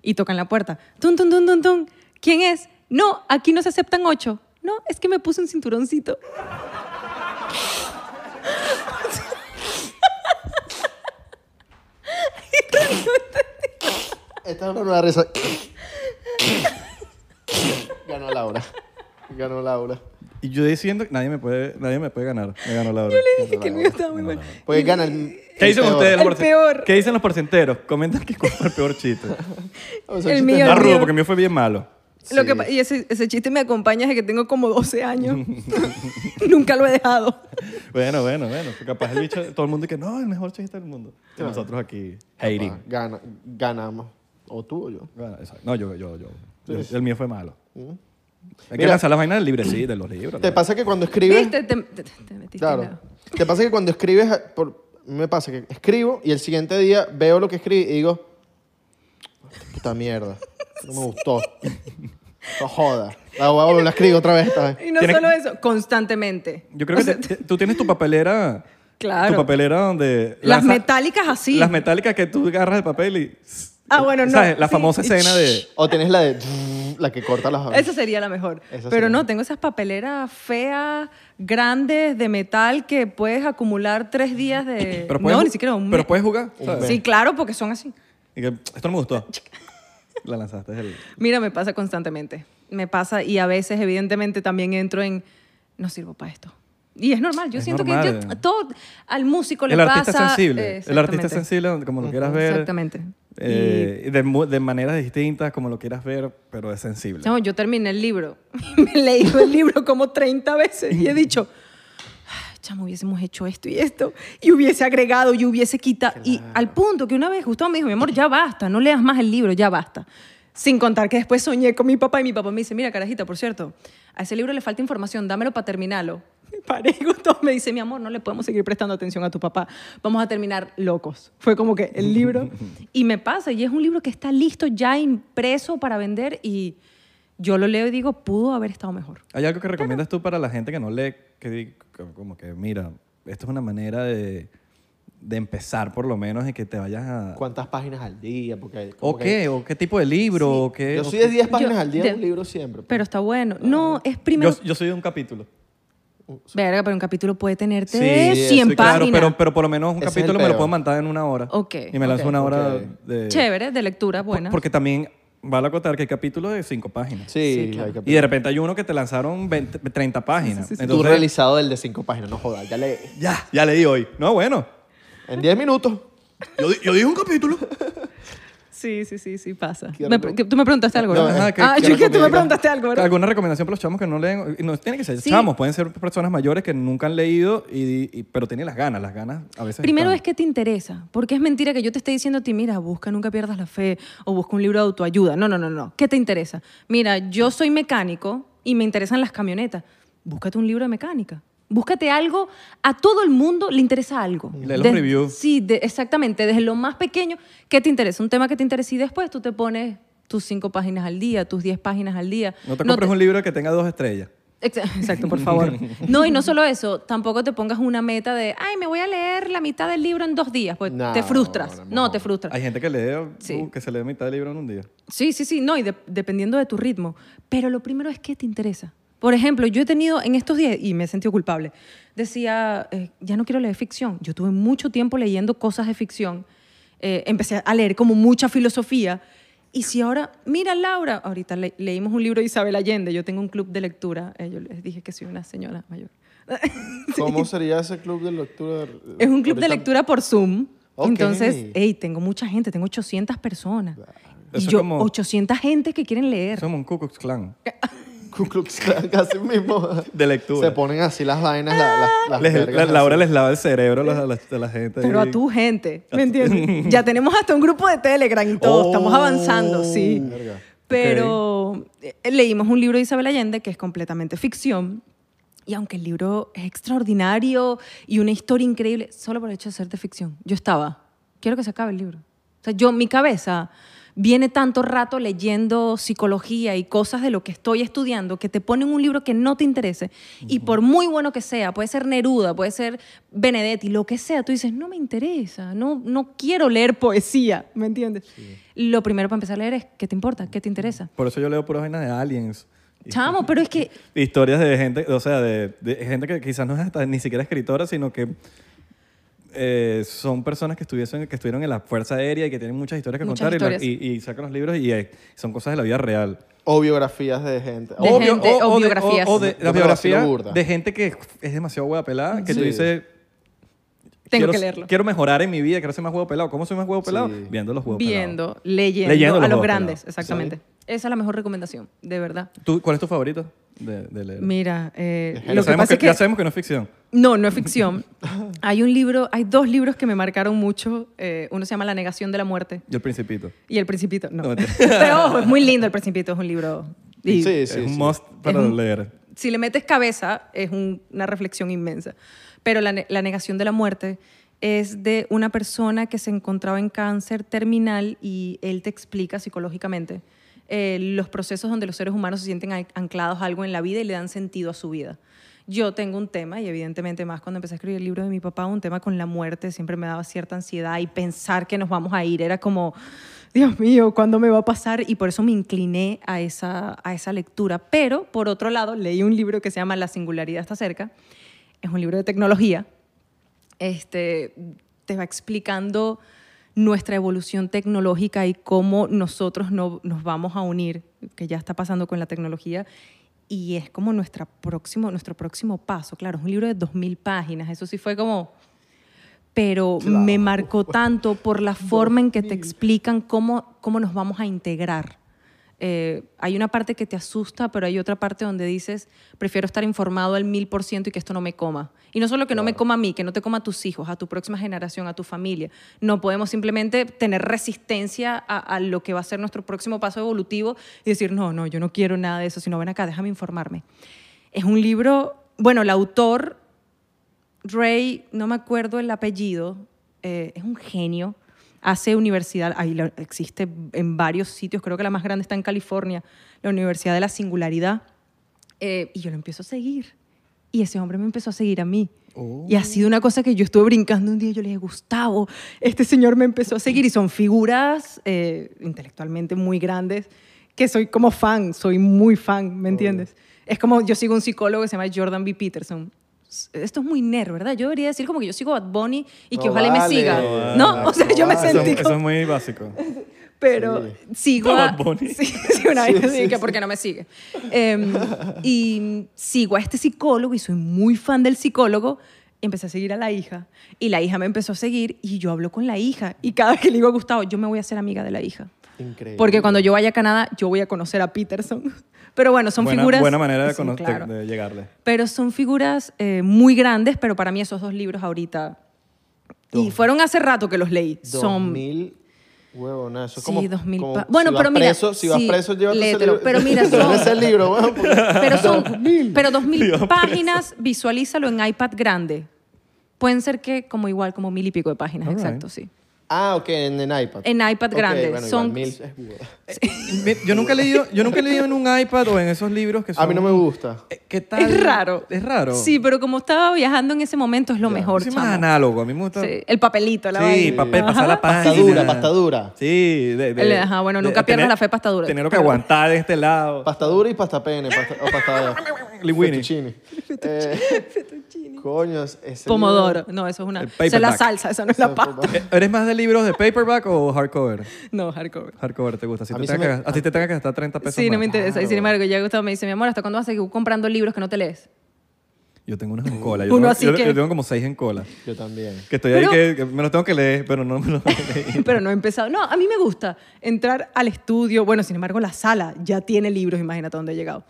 [SPEAKER 3] y tocan la puerta. Tun, tun, tun, tun, tun. ¿Quién es? No, aquí no se aceptan ocho. No, es que me puse un cinturoncito.
[SPEAKER 2] Esta es una nueva risa. Ganó Laura. Ganó Laura.
[SPEAKER 1] Y yo diciendo que nadie me puede, nadie me puede ganar. Me ganó Laura.
[SPEAKER 3] Le dije que el mío estaba muy mal.
[SPEAKER 2] Porque gana el.
[SPEAKER 1] ¿Qué dicen
[SPEAKER 2] el peor.
[SPEAKER 1] ustedes?
[SPEAKER 3] El
[SPEAKER 1] porce-
[SPEAKER 3] peor.
[SPEAKER 1] ¿Qué dicen los porcenteros? Comenten que cuál fue el peor chiste.
[SPEAKER 2] O sea,
[SPEAKER 3] El
[SPEAKER 2] chiste-
[SPEAKER 3] mío.
[SPEAKER 1] Está
[SPEAKER 3] el
[SPEAKER 1] rudo
[SPEAKER 3] mío.
[SPEAKER 1] porque el mío fue bien malo.
[SPEAKER 3] Lo que
[SPEAKER 2] Sí.
[SPEAKER 3] pa- y ese, ese chiste me acompaña desde que tengo como 12 años. Nunca lo he dejado.
[SPEAKER 1] Bueno, bueno, bueno. Capaz el bicho, todo el mundo que no, el mejor chiste del mundo. Y nosotros aquí hating.
[SPEAKER 2] Ah, Gana, ganamos. O tú o yo.
[SPEAKER 1] Bueno, exacto. No, yo, yo, yo. Yo-
[SPEAKER 2] Sí.
[SPEAKER 1] El mío fue malo. Hay que
[SPEAKER 2] Mira.
[SPEAKER 1] lanzar las vainas del libre, sí, de los libros.
[SPEAKER 2] ¿Te
[SPEAKER 1] ¿no?
[SPEAKER 2] pasa que cuando escribes.
[SPEAKER 3] ¿Viste? Te, te- te metiste en
[SPEAKER 2] Claro.
[SPEAKER 3] la-
[SPEAKER 2] ¿Te pasa que cuando escribes. a- Por, a mí me pasa que escribo y el siguiente día veo lo que escribí y digo. Puta mierda. No me gustó. No joda. La voy a volver a escribir otra vez esta vez.
[SPEAKER 3] Y no
[SPEAKER 1] Tienes-
[SPEAKER 3] solo eso, constantemente.
[SPEAKER 1] Yo creo que
[SPEAKER 3] O sea,
[SPEAKER 1] te- tú tienes tu papelera.
[SPEAKER 3] Claro.
[SPEAKER 1] Tu papelera donde.
[SPEAKER 3] Las
[SPEAKER 1] lanza-
[SPEAKER 3] metálicas así.
[SPEAKER 1] Las metálicas que tú agarras el papel y.
[SPEAKER 3] Ah, bueno, no,
[SPEAKER 1] ¿Sabes? La
[SPEAKER 3] sí.
[SPEAKER 1] famosa escena de.
[SPEAKER 2] O tienes la de. La que corta las.
[SPEAKER 3] Esa sería la mejor.
[SPEAKER 2] Esa
[SPEAKER 3] Pero
[SPEAKER 2] sería.
[SPEAKER 3] no, tengo esas papeleras feas, grandes, de metal, que puedes acumular tres días de...
[SPEAKER 1] Pero puedes
[SPEAKER 3] eh, no,
[SPEAKER 1] ju-
[SPEAKER 3] ni siquiera un
[SPEAKER 1] Pero
[SPEAKER 3] mes.
[SPEAKER 1] puedes jugar. ¿sabes?
[SPEAKER 3] Sí, claro, porque son así.
[SPEAKER 1] Y que, esto no me gustó. La lanzaste. es el-
[SPEAKER 3] Mira, me pasa constantemente. Me pasa y a veces, evidentemente, también entro en, no sirvo para esto. Y es normal, yo
[SPEAKER 1] Es
[SPEAKER 3] siento
[SPEAKER 1] normal.
[SPEAKER 3] que yo- todo al músico le
[SPEAKER 1] El
[SPEAKER 3] pasa...
[SPEAKER 1] artista es sensible.
[SPEAKER 3] Eh,
[SPEAKER 1] El artista es
[SPEAKER 3] exactamente.
[SPEAKER 1] sensible, como lo quieras ver.
[SPEAKER 3] Exactamente.
[SPEAKER 1] eh, de, mu- de maneras distintas, como lo quieras ver, pero es sensible.
[SPEAKER 3] No, yo terminé el libro. Me he leído el libro como 30 veces y he dicho, "Ay, chamo, hubiésemos hecho esto y esto, y hubiese agregado y hubiese quitado. Y al punto que una vez Gustavo me dijo, mi amor, ya basta, no leas más el libro, ya basta. Sin contar que después soñé con mi papá y mi papá me dice, mira, carajita, por cierto, a ese libro le falta información, dámelo para terminarlo. Me paré y Gustavo me dice, mi amor, no le podemos seguir prestando atención a tu papá, vamos a terminar locos. Fue como que el libro. Y me pasa, y es un libro que está listo, ya impreso para vender, y yo lo leo y digo, pudo haber estado mejor.
[SPEAKER 1] ¿Hay algo que recomiendas tú para la gente que no lee? Que di- co- como que, mira, esto es una manera de, de empezar por lo menos y que te vayas a...
[SPEAKER 2] ¿Cuántas páginas al día? Porque, como
[SPEAKER 1] ¿O qué? ¿O qué tipo de libro? ¿O qué?
[SPEAKER 2] Yo
[SPEAKER 1] ¿O
[SPEAKER 2] soy
[SPEAKER 1] qué?
[SPEAKER 2] de 10 páginas
[SPEAKER 3] Yo-
[SPEAKER 2] al día
[SPEAKER 3] de-
[SPEAKER 2] un libro siempre. pues.
[SPEAKER 3] Pero está bueno. No, es primero.
[SPEAKER 1] Yo- yo soy de un capítulo.
[SPEAKER 3] Verga, pero un capítulo puede
[SPEAKER 1] Sí,
[SPEAKER 3] tenerte de 100
[SPEAKER 1] sí,
[SPEAKER 3] páginas.
[SPEAKER 1] Claro, pero, pero por lo menos un
[SPEAKER 2] Ese es el
[SPEAKER 1] capítulo me lo
[SPEAKER 2] peor.
[SPEAKER 1] puedo mandar en una hora.
[SPEAKER 3] Ok,
[SPEAKER 1] Y me lanzo
[SPEAKER 3] ok,
[SPEAKER 1] una hora
[SPEAKER 2] ok.
[SPEAKER 1] de...
[SPEAKER 3] Chévere, de lectura,
[SPEAKER 1] Por-
[SPEAKER 3] buena.
[SPEAKER 1] Porque también vale acotar que hay capítulos de cinco páginas.
[SPEAKER 2] Sí,
[SPEAKER 3] Sí, claro.
[SPEAKER 2] hay que-
[SPEAKER 1] Y de repente hay uno que te lanzaron 20 30 páginas.
[SPEAKER 2] Tú
[SPEAKER 1] Entonces,
[SPEAKER 2] realizado el de 5 páginas, no jodas, ya le...
[SPEAKER 1] ya, ya leí hoy. No, bueno.
[SPEAKER 2] En 10 minutos.
[SPEAKER 1] Yo, di- yo dije un capítulo.
[SPEAKER 3] Sí, sí, sí, sí, pasa.
[SPEAKER 2] Quiero-
[SPEAKER 3] Me pre- que- tú me preguntaste algo,
[SPEAKER 1] No,
[SPEAKER 3] ¿verdad?
[SPEAKER 1] ajá, que-
[SPEAKER 3] ah,
[SPEAKER 1] que
[SPEAKER 3] yo que tú me
[SPEAKER 1] recomiendas.
[SPEAKER 3] preguntaste algo, ¿verdad?
[SPEAKER 1] ¿Alguna recomendación para los chamos que no leen? Y No tiene que ser
[SPEAKER 3] Sí.
[SPEAKER 1] chamos, pueden ser personas mayores que nunca han leído, y, y- pero tienen las ganas, las ganas a veces.
[SPEAKER 3] Primero
[SPEAKER 1] están.
[SPEAKER 3] es que te interesa, porque es mentira que yo te esté diciendo a ti, mira, busca, nunca pierdas la fe, o busca un libro de autoayuda. No, no, no, no. ¿Qué te interesa? Mira, yo soy mecánico y me interesan las camionetas. Búscate un libro de mecánica. Búscate algo, a todo el mundo le interesa algo.
[SPEAKER 1] Y lee los
[SPEAKER 3] Des-
[SPEAKER 1] reviews.
[SPEAKER 3] Sí, de- exactamente, desde lo más pequeño, ¿qué te interesa? Un tema que te interesa y después tú te pones tus cinco páginas al día, tus diez páginas al día.
[SPEAKER 1] No te compres un libro que tenga dos estrellas.
[SPEAKER 3] Ex- Exacto, por favor. No, y no solo eso, tampoco te pongas una meta de, ay, me voy a leer la mitad del libro en dos días, pues
[SPEAKER 2] No,
[SPEAKER 3] te frustras.
[SPEAKER 2] no,
[SPEAKER 3] No, te frustras.
[SPEAKER 1] Hay gente que lee,
[SPEAKER 3] Sí.
[SPEAKER 1] uh, que se lee mitad del libro en un día.
[SPEAKER 3] Sí, sí, sí, no, y de- dependiendo de tu ritmo. Pero lo primero es que te interesa. Por ejemplo, yo he tenido en estos días, y me he sentido culpable, decía, eh, ya no quiero leer ficción. Yo tuve mucho tiempo leyendo cosas de ficción. Eh, empecé a leer como mucha filosofía. Y si ahora, mira Laura, ahorita le- leímos un libro de Isabel Allende, yo tengo un club de lectura, Eh, yo les dije que soy una señora mayor.
[SPEAKER 2] ¿Cómo sería ese club de lectura?
[SPEAKER 3] Es un club de
[SPEAKER 2] Ahorita-
[SPEAKER 3] lectura por Zoom.
[SPEAKER 2] Ok.
[SPEAKER 3] Entonces, hey, tengo mucha gente, tengo 800 personas. Y
[SPEAKER 1] Eso es
[SPEAKER 3] yo,
[SPEAKER 1] como-
[SPEAKER 3] 800 gente que quieren leer.
[SPEAKER 1] Somos un Ku Klux Klan
[SPEAKER 2] Ku Klux Klan, casi mismo.
[SPEAKER 1] de
[SPEAKER 2] Se
[SPEAKER 1] lectura.
[SPEAKER 2] ponen así las vainas, la- las, las
[SPEAKER 1] Les-
[SPEAKER 2] vergas
[SPEAKER 1] la-
[SPEAKER 2] así.
[SPEAKER 1] Laura les lava el cerebro a la, a la- a la gente.
[SPEAKER 3] Pero
[SPEAKER 1] ahí.
[SPEAKER 3] a tu gente, ¿me entiendes? ya tenemos hasta un grupo de Telegram y todo,
[SPEAKER 1] Oh,
[SPEAKER 3] estamos avanzando, sí.
[SPEAKER 2] verga.
[SPEAKER 3] Pero eh, leímos un libro de Isabel Allende que es completamente ficción. Y aunque el libro es extraordinario y una historia increíble, solo por el hecho de ser de ficción, yo estaba, quiero que se acabe el libro. O sea, yo, mi cabeza viene tanto rato leyendo psicología y cosas de lo que estoy estudiando que te ponen un libro que no te interese y por muy bueno que sea, puede ser Neruda, puede ser Benedetti, lo que sea, tú dices, no me interesa, no, no quiero leer poesía, ¿me entiendes? Lo primero para empezar a leer es, ¿qué te importa? ¿Qué te interesa?
[SPEAKER 1] Por eso yo leo puras vainas de aliens.
[SPEAKER 3] Chamo, pero es que
[SPEAKER 1] Historias de gente, o sea, de, de gente que quizás no es hasta ni siquiera escritora, sino que eh, son personas que, estuviesen, que estuvieron en la Fuerza Aérea y que tienen muchas historias que
[SPEAKER 3] Muchas
[SPEAKER 1] contar y la-
[SPEAKER 3] historias.
[SPEAKER 1] y, y sacan los libros y eh, son cosas de la vida real.
[SPEAKER 2] O biografías de gente.
[SPEAKER 3] De
[SPEAKER 2] O-
[SPEAKER 1] bio-
[SPEAKER 3] gente, o
[SPEAKER 1] de-
[SPEAKER 3] biografías.
[SPEAKER 1] o de-
[SPEAKER 2] Yo
[SPEAKER 1] la
[SPEAKER 2] creo que ha
[SPEAKER 1] biografía
[SPEAKER 2] sido burda.
[SPEAKER 1] de gente que es demasiado huevo pelada, que tú
[SPEAKER 2] Sí.
[SPEAKER 1] dices...
[SPEAKER 3] tengo
[SPEAKER 1] quiero,
[SPEAKER 3] que leerlo.
[SPEAKER 1] Quiero mejorar en mi vida, quiero ser más huevo pelado. ¿Cómo soy más huevo pelado?
[SPEAKER 2] Sí.
[SPEAKER 1] Viendo los huevos pelados.
[SPEAKER 3] Viendo, leyendo,
[SPEAKER 1] Leyendo
[SPEAKER 3] a
[SPEAKER 1] los
[SPEAKER 3] los
[SPEAKER 1] juegos,
[SPEAKER 3] grandes,
[SPEAKER 1] claro.
[SPEAKER 3] exactamente. Esa es la mejor recomendación, de verdad.
[SPEAKER 1] ¿Tú, ¿Cuál es tu favorito de, de leer?
[SPEAKER 3] Mira, eh,
[SPEAKER 1] Ya
[SPEAKER 3] lo que
[SPEAKER 1] sabemos
[SPEAKER 3] pasa es que
[SPEAKER 1] ya sabemos que no es ficción.
[SPEAKER 3] No, no es ficción. Hay un libro, hay dos libros que me marcaron mucho. Eh, uno se llama La negación de la muerte
[SPEAKER 1] Y El Principito.
[SPEAKER 3] y El Principito. No.
[SPEAKER 1] No, mentira.
[SPEAKER 3] Pero ojo, es muy lindo El Principito, es un libro. y
[SPEAKER 2] Sí,
[SPEAKER 1] es
[SPEAKER 2] sí,
[SPEAKER 1] un
[SPEAKER 2] sí.
[SPEAKER 1] must para
[SPEAKER 3] un-
[SPEAKER 1] leer.
[SPEAKER 3] Si le metes cabeza, es un- una reflexión inmensa. Pero la, ne- la negación de la muerte es de una persona que se encontraba en cáncer terminal y él te explica psicológicamente eh, los procesos donde los seres humanos se sienten an- anclados a algo en la vida y le dan sentido a su vida. Yo tengo un tema, y evidentemente más cuando empecé a escribir el libro de mi papá, un tema con la muerte, siempre me daba cierta ansiedad y pensar que nos vamos a ir era como, Dios mío, ¿cuándo me va a pasar? Y por eso me incliné a esa, a esa lectura. Pero, por otro lado, leí un libro que se llama La singularidad está cerca. Es un libro de tecnología. Este, te va explicando nuestra evolución tecnológica y cómo nosotros no, nos vamos a unir, que ya está pasando con la tecnología. Y es como nuestra próximo, nuestro próximo paso. Claro, es un libro de 2.000 páginas. Eso sí fue como pero me
[SPEAKER 2] Claro.
[SPEAKER 3] marcó tanto por la forma en que te explican cómo, cómo nos vamos a integrar. Eh, hay una parte que te asusta, pero hay otra parte donde dices, prefiero estar informado al mil por ciento y que esto no me coma. Y no solo que no me coma a mí, que no te coma a tus hijos, a tu próxima generación, a tu familia. No podemos simplemente tener resistencia a, a lo que va a ser nuestro próximo paso evolutivo y decir, no, no, yo no quiero nada de eso, sino ven acá, déjame informarme. Es un libro, bueno, el autor Ray, no me acuerdo el apellido, eh, es un genio. Hace universidad, ahí la- existe en varios sitios, creo que la más grande está en California, la Universidad de la Singularidad. Eh, y yo lo empiezo a seguir. Y ese hombre me empezó a seguir a mí. Y ha sido una cosa que yo estuve brincando un día y yo le dije, Gustavo, este señor me empezó a seguir. Y son figuras eh, intelectualmente muy grandes que soy como fan, soy muy fan, ¿me entiendes? Es como yo sigo un psicólogo que se llama Jordan B. Peterson. S- Esto es muy nerd, ¿verdad? Yo debería decir como que yo sigo a Bad Bunny y que
[SPEAKER 2] No
[SPEAKER 3] ojalá
[SPEAKER 2] vale,
[SPEAKER 3] me siga.
[SPEAKER 2] no
[SPEAKER 3] No,
[SPEAKER 2] vale,
[SPEAKER 3] o sea,
[SPEAKER 2] no
[SPEAKER 3] yo me
[SPEAKER 2] vale.
[SPEAKER 1] Ah, Eso,
[SPEAKER 3] sentí
[SPEAKER 1] eso
[SPEAKER 3] como-
[SPEAKER 1] es muy básico.
[SPEAKER 3] pero sigo
[SPEAKER 1] A
[SPEAKER 3] a,
[SPEAKER 1] Bad Bunny.
[SPEAKER 3] Sí, sí, una vez así, que porque no me sigue Em, y sigo a este psicólogo y soy muy fan del psicólogo empecé a seguir a la hija y la hija me empezó a seguir y yo hablo con la hija y cada vez que le digo a Gustavo yo me voy a hacer amiga de la hija
[SPEAKER 2] Increíble.
[SPEAKER 3] porque cuando yo vaya a Canadá yo voy a conocer a Peterson pero bueno son
[SPEAKER 1] buena,
[SPEAKER 3] figuras
[SPEAKER 1] buena manera de,
[SPEAKER 3] Sí,
[SPEAKER 1] conocer-
[SPEAKER 3] claro.
[SPEAKER 1] de llegarle.
[SPEAKER 3] pero son figuras eh, muy grandes pero para mí esos dos libros ahorita y
[SPEAKER 2] Dos.
[SPEAKER 3] fueron hace rato que los leí
[SPEAKER 2] Son
[SPEAKER 3] son
[SPEAKER 2] mil huevona, eso es
[SPEAKER 3] Sí,
[SPEAKER 2] como,
[SPEAKER 3] 2000
[SPEAKER 2] como
[SPEAKER 3] pa- bueno,
[SPEAKER 2] si
[SPEAKER 3] pero
[SPEAKER 2] vas
[SPEAKER 3] mira,
[SPEAKER 2] preso, si vas
[SPEAKER 3] sí,
[SPEAKER 2] preso llévate ese
[SPEAKER 3] léetelo,
[SPEAKER 2] libro.
[SPEAKER 3] pero mira,
[SPEAKER 2] Llévate
[SPEAKER 3] son-
[SPEAKER 2] ese libro, huevón, porque-
[SPEAKER 3] Pero son,
[SPEAKER 2] 2000.
[SPEAKER 3] pero 2000 páginas, visualízalo en iPad grande. Pueden ser que como igual, como mil y pico de páginas,
[SPEAKER 1] All right.
[SPEAKER 3] exacto, sí.
[SPEAKER 2] Ah, ok, en, en iPad.
[SPEAKER 3] En iPad
[SPEAKER 2] Ok,
[SPEAKER 3] grande,
[SPEAKER 2] bueno, igual,
[SPEAKER 3] son-
[SPEAKER 2] mil es burda.
[SPEAKER 1] Mi- Yo nunca he leído, yo nunca he leído en un iPad o en esos libros que son...
[SPEAKER 2] A mí no me gusta.
[SPEAKER 1] Eh, ¿Qué tal?
[SPEAKER 3] Es raro.
[SPEAKER 1] Es raro.
[SPEAKER 3] Sí, pero como estaba viajando en ese momento es lo mejor,
[SPEAKER 1] Yo soy más
[SPEAKER 3] chamo.
[SPEAKER 1] análogo. A mí me gusta...
[SPEAKER 3] Sí, el papelito, la
[SPEAKER 1] Sí,
[SPEAKER 3] vaina.
[SPEAKER 1] papel, pasar la página.
[SPEAKER 2] Pasta dura, pasta dura.
[SPEAKER 1] Sí, de, de-
[SPEAKER 3] El- ajá, bueno, nunca pierdas
[SPEAKER 1] tener-
[SPEAKER 3] la fe, pasta dura.
[SPEAKER 1] Tenerlo que aguantar de este lado.
[SPEAKER 2] Pasta dura y pasta pene. Pasta, o pasta
[SPEAKER 1] Linguini.
[SPEAKER 2] fettuccine. Eh, Coño, ese
[SPEAKER 3] Pomodoro.
[SPEAKER 2] libro-
[SPEAKER 3] No, eso es una...
[SPEAKER 1] El
[SPEAKER 3] Esa es la
[SPEAKER 1] paperback.
[SPEAKER 3] salsa, esa no es la
[SPEAKER 2] Esa es
[SPEAKER 3] pasta.
[SPEAKER 1] Eh, ¿Eres más de libros de paperback o hardcover?
[SPEAKER 3] No, hardcore.
[SPEAKER 1] Hardcover te gusta. Si
[SPEAKER 2] A
[SPEAKER 1] te
[SPEAKER 2] mí
[SPEAKER 1] tenga
[SPEAKER 2] se
[SPEAKER 1] que
[SPEAKER 2] me-
[SPEAKER 1] gastar- a ti te tenga que gastar 30 pesos
[SPEAKER 3] Sí, no
[SPEAKER 1] más.
[SPEAKER 3] me interesa. Y sin embargo, ya Gustavo me dice, mi amor, ¿hasta cuándo vas a seguir comprando libros que no te lees?
[SPEAKER 1] Yo tengo unas en cola. Yo,
[SPEAKER 3] Uno
[SPEAKER 1] tengo,
[SPEAKER 3] así
[SPEAKER 1] yo-
[SPEAKER 3] que-
[SPEAKER 1] yo tengo como seis en cola.
[SPEAKER 2] Yo también.
[SPEAKER 1] Que estoy ahí
[SPEAKER 3] Pero-
[SPEAKER 1] que, que me los tengo que leer, pero no me los leí.
[SPEAKER 3] pero no he empezado. No, a mí me gusta entrar al estudio. Bueno, sin embargo, la sala ya tiene libros, imagínate dónde he llegado.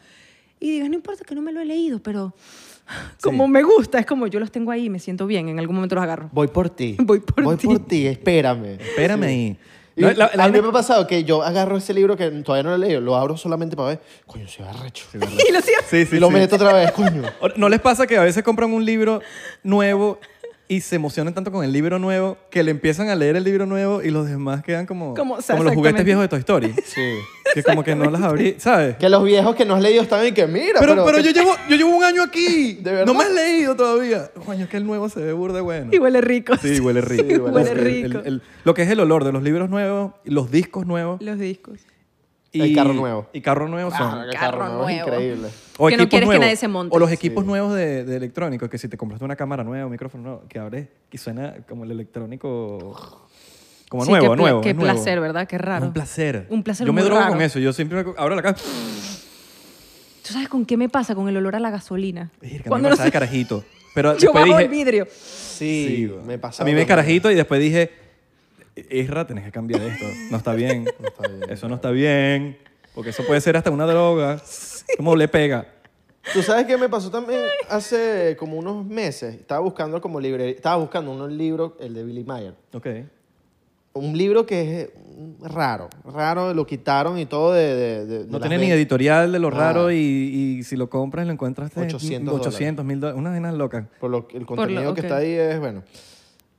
[SPEAKER 3] Y digas, no importa que no me lo he leído, pero como
[SPEAKER 1] Sí.
[SPEAKER 3] me gusta, es como yo los tengo ahí, me siento bien, en algún momento los agarro.
[SPEAKER 2] Voy por ti.
[SPEAKER 3] Voy por ti.
[SPEAKER 2] Voy por ti, espérame.
[SPEAKER 1] Espérame ahí.
[SPEAKER 2] Y
[SPEAKER 1] No, la- la-
[SPEAKER 2] a mí me ha pasado que yo agarro ese libro que todavía no lo he leído, lo abro solamente para ver, coño, se va recho.
[SPEAKER 3] y lo siento.
[SPEAKER 1] Sí, sí,
[SPEAKER 2] y lo
[SPEAKER 1] sí.
[SPEAKER 2] meto otra vez, coño.
[SPEAKER 1] O- ¿No les pasa que a veces compran un libro nuevo y se emocionan tanto con el libro nuevo que le empiezan a leer el libro nuevo y los demás quedan como,
[SPEAKER 3] Como- o sea,
[SPEAKER 1] como los
[SPEAKER 3] exactamente.
[SPEAKER 1] juguetes viejos de Toy Story?
[SPEAKER 2] Sí.
[SPEAKER 1] Que como que no las abrí, ¿sabes?
[SPEAKER 2] Que los viejos que no has leído están y que mira.
[SPEAKER 1] Pero, pero
[SPEAKER 2] que-
[SPEAKER 1] yo, llevo, yo llevo un año aquí.
[SPEAKER 2] ¿De verdad?
[SPEAKER 1] No me has leído todavía. Coño, es que el nuevo se ve burda bueno.
[SPEAKER 3] Y huele rico.
[SPEAKER 1] Sí, huele rico.
[SPEAKER 3] Sí, huele
[SPEAKER 1] El- el-
[SPEAKER 3] rico.
[SPEAKER 1] el- lo que es el olor de los libros nuevos, los discos nuevos
[SPEAKER 3] Los discos.
[SPEAKER 2] El carro nuevo.
[SPEAKER 1] Y carro nuevo son.
[SPEAKER 2] Ah, el
[SPEAKER 3] Carro
[SPEAKER 2] es
[SPEAKER 3] nuevo.
[SPEAKER 2] increíble.
[SPEAKER 1] O
[SPEAKER 3] Que no
[SPEAKER 1] equipos
[SPEAKER 3] quieres que
[SPEAKER 1] nuevos,
[SPEAKER 3] nadie se monte.
[SPEAKER 1] O los equipos
[SPEAKER 2] Sí.
[SPEAKER 1] nuevos de, de electrónicos, que si te compraste una cámara nueva, un micrófono nuevo, que abres y suena como el electrónico. Como
[SPEAKER 3] Sí,
[SPEAKER 1] nuevo,
[SPEAKER 3] qué pla-
[SPEAKER 1] nuevo.
[SPEAKER 3] Qué
[SPEAKER 1] es nuevo.
[SPEAKER 3] placer, ¿verdad? Qué raro.
[SPEAKER 1] Un placer.
[SPEAKER 3] Un placer
[SPEAKER 1] Yo me
[SPEAKER 3] muy
[SPEAKER 1] drogo
[SPEAKER 3] raro.
[SPEAKER 1] con eso. Yo siempre me abro la caja.
[SPEAKER 3] ¿Tú sabes con qué me pasa? Con el olor a la gasolina.
[SPEAKER 1] Virga, a mí me
[SPEAKER 3] Cuando no
[SPEAKER 1] pasaba de
[SPEAKER 3] sé-
[SPEAKER 1] carajito. Pero
[SPEAKER 3] yo
[SPEAKER 1] después
[SPEAKER 3] bajo el
[SPEAKER 1] dije,
[SPEAKER 3] vidrio.
[SPEAKER 2] Sí,
[SPEAKER 1] Sí,
[SPEAKER 2] me pasó.
[SPEAKER 1] A mí me
[SPEAKER 2] también.
[SPEAKER 1] carajito y después dije, Isra, tenés que cambiar esto. No está bien.
[SPEAKER 2] está bien,
[SPEAKER 1] Eso no está bien. Porque eso puede ser hasta una droga. Como le pega.
[SPEAKER 2] Tú sabes qué me pasó también hace como unos meses. Estaba buscando como librería, estaba buscando unos libros, el de Billy Mayer.
[SPEAKER 1] Ok.
[SPEAKER 2] Un libro que es mm, raro, raro, lo quitaron y todo de... de- de- Ah. de
[SPEAKER 1] No
[SPEAKER 2] las
[SPEAKER 1] tiene ni
[SPEAKER 2] ventas.
[SPEAKER 1] editorial de lo
[SPEAKER 2] Nada.
[SPEAKER 1] raro y, y si lo compras lo encuentras en
[SPEAKER 2] 800
[SPEAKER 1] 800 mil dólares. Unas vainas locas.
[SPEAKER 2] Por lo, el contenido
[SPEAKER 3] ok.
[SPEAKER 2] que está ahí es, bueno.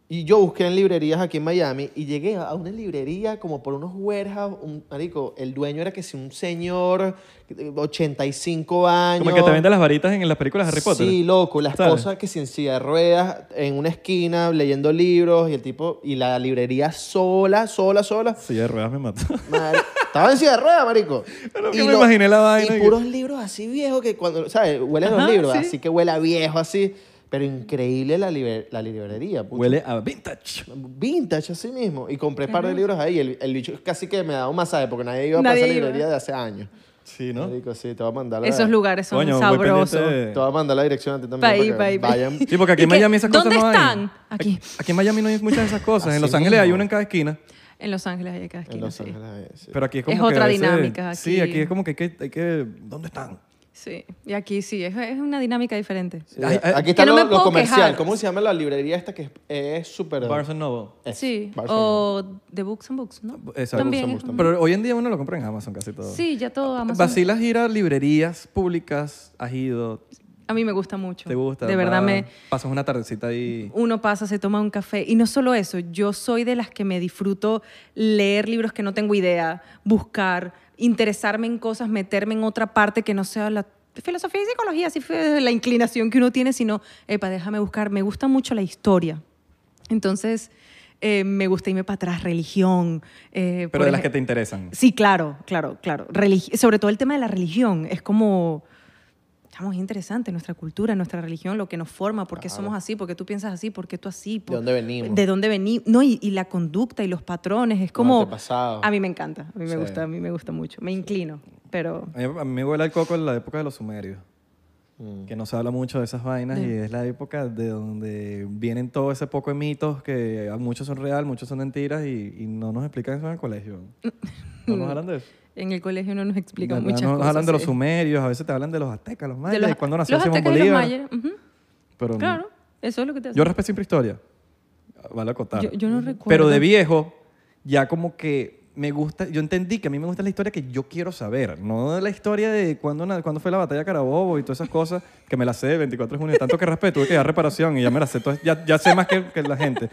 [SPEAKER 2] Y yo busqué en librerías aquí en Miami y llegué a una librería como por unos warehouse, un, marico, el dueño era que si un señor, eh, 85 años.
[SPEAKER 1] Como el que te vende las varitas en las películas de Harry Potter.
[SPEAKER 2] Sí, loco, la
[SPEAKER 1] ¿Sabes?
[SPEAKER 2] esposa que sin silla de ruedas, en una esquina, leyendo libros y el tipo, y la librería sola, sola, sola.
[SPEAKER 1] Sí, de ruedas me mató.
[SPEAKER 2] Mari- Estaba en silla de ruedas, marico.
[SPEAKER 1] Claro que me imaginé la vaina
[SPEAKER 2] Y
[SPEAKER 1] y-
[SPEAKER 2] puros libros así viejos que cuando, ¿sabes? Huelen los
[SPEAKER 3] Ajá,
[SPEAKER 2] libros,
[SPEAKER 3] sí.
[SPEAKER 2] así que huele a viejo, así. Pero increíble la, liber- la librería. puto.
[SPEAKER 1] Huele a vintage.
[SPEAKER 2] Vintage así mismo. Y compré un par de libros ahí. El, el bicho casi que me da un masaje porque nadie iba a
[SPEAKER 3] Nadie
[SPEAKER 2] esa
[SPEAKER 3] iba.
[SPEAKER 2] librería de hace años.
[SPEAKER 1] Sí, ¿no?
[SPEAKER 2] Marico, sí, te voy a mandar la,
[SPEAKER 3] Esos lugares son
[SPEAKER 1] Coño, voy pendiente
[SPEAKER 3] sabrosos.
[SPEAKER 1] de-
[SPEAKER 2] Te voy a mandar la dirección a ti también
[SPEAKER 3] Pa'
[SPEAKER 2] para
[SPEAKER 3] ahí,
[SPEAKER 2] que
[SPEAKER 3] pa' ahí, pa' ahí.
[SPEAKER 2] vayan.
[SPEAKER 1] Sí, porque aquí
[SPEAKER 3] ¿Y
[SPEAKER 1] en
[SPEAKER 3] qué?
[SPEAKER 1] Miami esas cosas
[SPEAKER 3] ¿Dónde
[SPEAKER 1] no hay.
[SPEAKER 3] están? Aquí.
[SPEAKER 1] Aquí en Miami no hay muchas de esas cosas. en
[SPEAKER 2] Así
[SPEAKER 1] Los Ángeles hay
[SPEAKER 2] Ah, mismo.
[SPEAKER 1] una en cada esquina.
[SPEAKER 3] En Los Ángeles hay acá.
[SPEAKER 2] En
[SPEAKER 3] esquina,
[SPEAKER 2] Los
[SPEAKER 3] sí.
[SPEAKER 2] Ángeles, sí.
[SPEAKER 1] Pero aquí es como
[SPEAKER 3] Es
[SPEAKER 1] que
[SPEAKER 3] otra
[SPEAKER 1] a veces-
[SPEAKER 3] dinámica
[SPEAKER 1] Sí,
[SPEAKER 3] aquí.
[SPEAKER 1] aquí es como que hay que, hay que- ¿Dónde están?
[SPEAKER 3] Sí, y aquí sí, es, es una dinámica diferente.
[SPEAKER 2] Sí,
[SPEAKER 1] Ay, ay,
[SPEAKER 2] aquí está
[SPEAKER 3] que no
[SPEAKER 2] lo,
[SPEAKER 3] me
[SPEAKER 2] lo
[SPEAKER 3] puedo
[SPEAKER 2] comercial.
[SPEAKER 3] quejar.
[SPEAKER 2] ¿Cómo se llama la librería esta que es- es súper.
[SPEAKER 1] Barnes Noble.
[SPEAKER 2] es
[SPEAKER 3] sí,
[SPEAKER 2] Barcelona.
[SPEAKER 3] o The Books and Books, ¿no?
[SPEAKER 1] Exacto.
[SPEAKER 3] También.
[SPEAKER 2] Books and Books.
[SPEAKER 1] Pero hoy en día uno lo compra en Amazon casi todo.
[SPEAKER 3] Sí, ya
[SPEAKER 1] Ah,
[SPEAKER 3] todo Amazon.
[SPEAKER 1] Vacilas ir a librerías públicas, has ido,
[SPEAKER 3] A mí me gusta mucho.
[SPEAKER 1] te gusta. Ah,
[SPEAKER 3] De verdad
[SPEAKER 1] vas,
[SPEAKER 3] me...
[SPEAKER 1] Pasas una tardecita ahí.
[SPEAKER 3] Uno pasa, se toma un café. Y no solo eso, yo soy de las que me disfruto leer libros que no tengo idea, buscar, interesarme en cosas, meterme en otra parte que no sea la filosofía y psicología, así fue la inclinación que uno tiene, sino, epa, déjame buscar. Me gusta mucho la historia. Entonces, eh, me gusta irme para atrás, religión. eh,
[SPEAKER 1] Pero
[SPEAKER 3] por
[SPEAKER 1] de las
[SPEAKER 3] ej-
[SPEAKER 1] que te interesan.
[SPEAKER 3] Sí, claro, claro, claro. Religi- sobre todo el tema de la religión. Es como, estamos interesante, nuestra cultura, nuestra religión, lo que nos forma, por qué somos así, por qué tú piensas así, por qué tú así. por-
[SPEAKER 2] dónde venimos?
[SPEAKER 3] De dónde venimos. No, y, y la conducta y los patrones. Es como...
[SPEAKER 2] antepasados.
[SPEAKER 3] A mí me encanta, a mí me
[SPEAKER 2] Sí.
[SPEAKER 3] gusta, a mí me gusta mucho. Me inclino, pero...
[SPEAKER 1] A mí, a mí me huele el coco en la época de los sumerios.
[SPEAKER 2] Mm.
[SPEAKER 1] Que no se habla mucho de esas vainas y es la época de donde vienen todo ese poco de mitos que muchos son real, muchos son mentiras y, y no nos explican eso en el colegio. No nos hablan de eso.
[SPEAKER 3] En el colegio no nos explican
[SPEAKER 1] ¿Verdad?
[SPEAKER 3] muchas
[SPEAKER 1] no,
[SPEAKER 3] cosas.
[SPEAKER 1] hablan de los
[SPEAKER 3] sí.
[SPEAKER 1] sumerios, a veces te hablan de los aztecas, los mayas,
[SPEAKER 3] De los-
[SPEAKER 1] y cuándo nació
[SPEAKER 3] los
[SPEAKER 1] Simón
[SPEAKER 3] aztecas y los
[SPEAKER 1] Bolívar.
[SPEAKER 3] mayas, ujú,
[SPEAKER 1] Pero no.
[SPEAKER 3] Claro, eso es lo que te hace.
[SPEAKER 1] Yo respeto siempre historia. Vale acotar.
[SPEAKER 3] Yo- yo no recuerdo.
[SPEAKER 1] Pero de viejo, ya como que me gusta, yo entendí que a mí me gusta la historia que yo quiero saber, no la historia de cuándo, na- cuándo fue la batalla de Carabobo y todas esas cosas, que me las sé de 24 de junio, tanto que respeto, tuve que dar reparación y ya me las sé, todas- ya, ya sé más que, que la gente.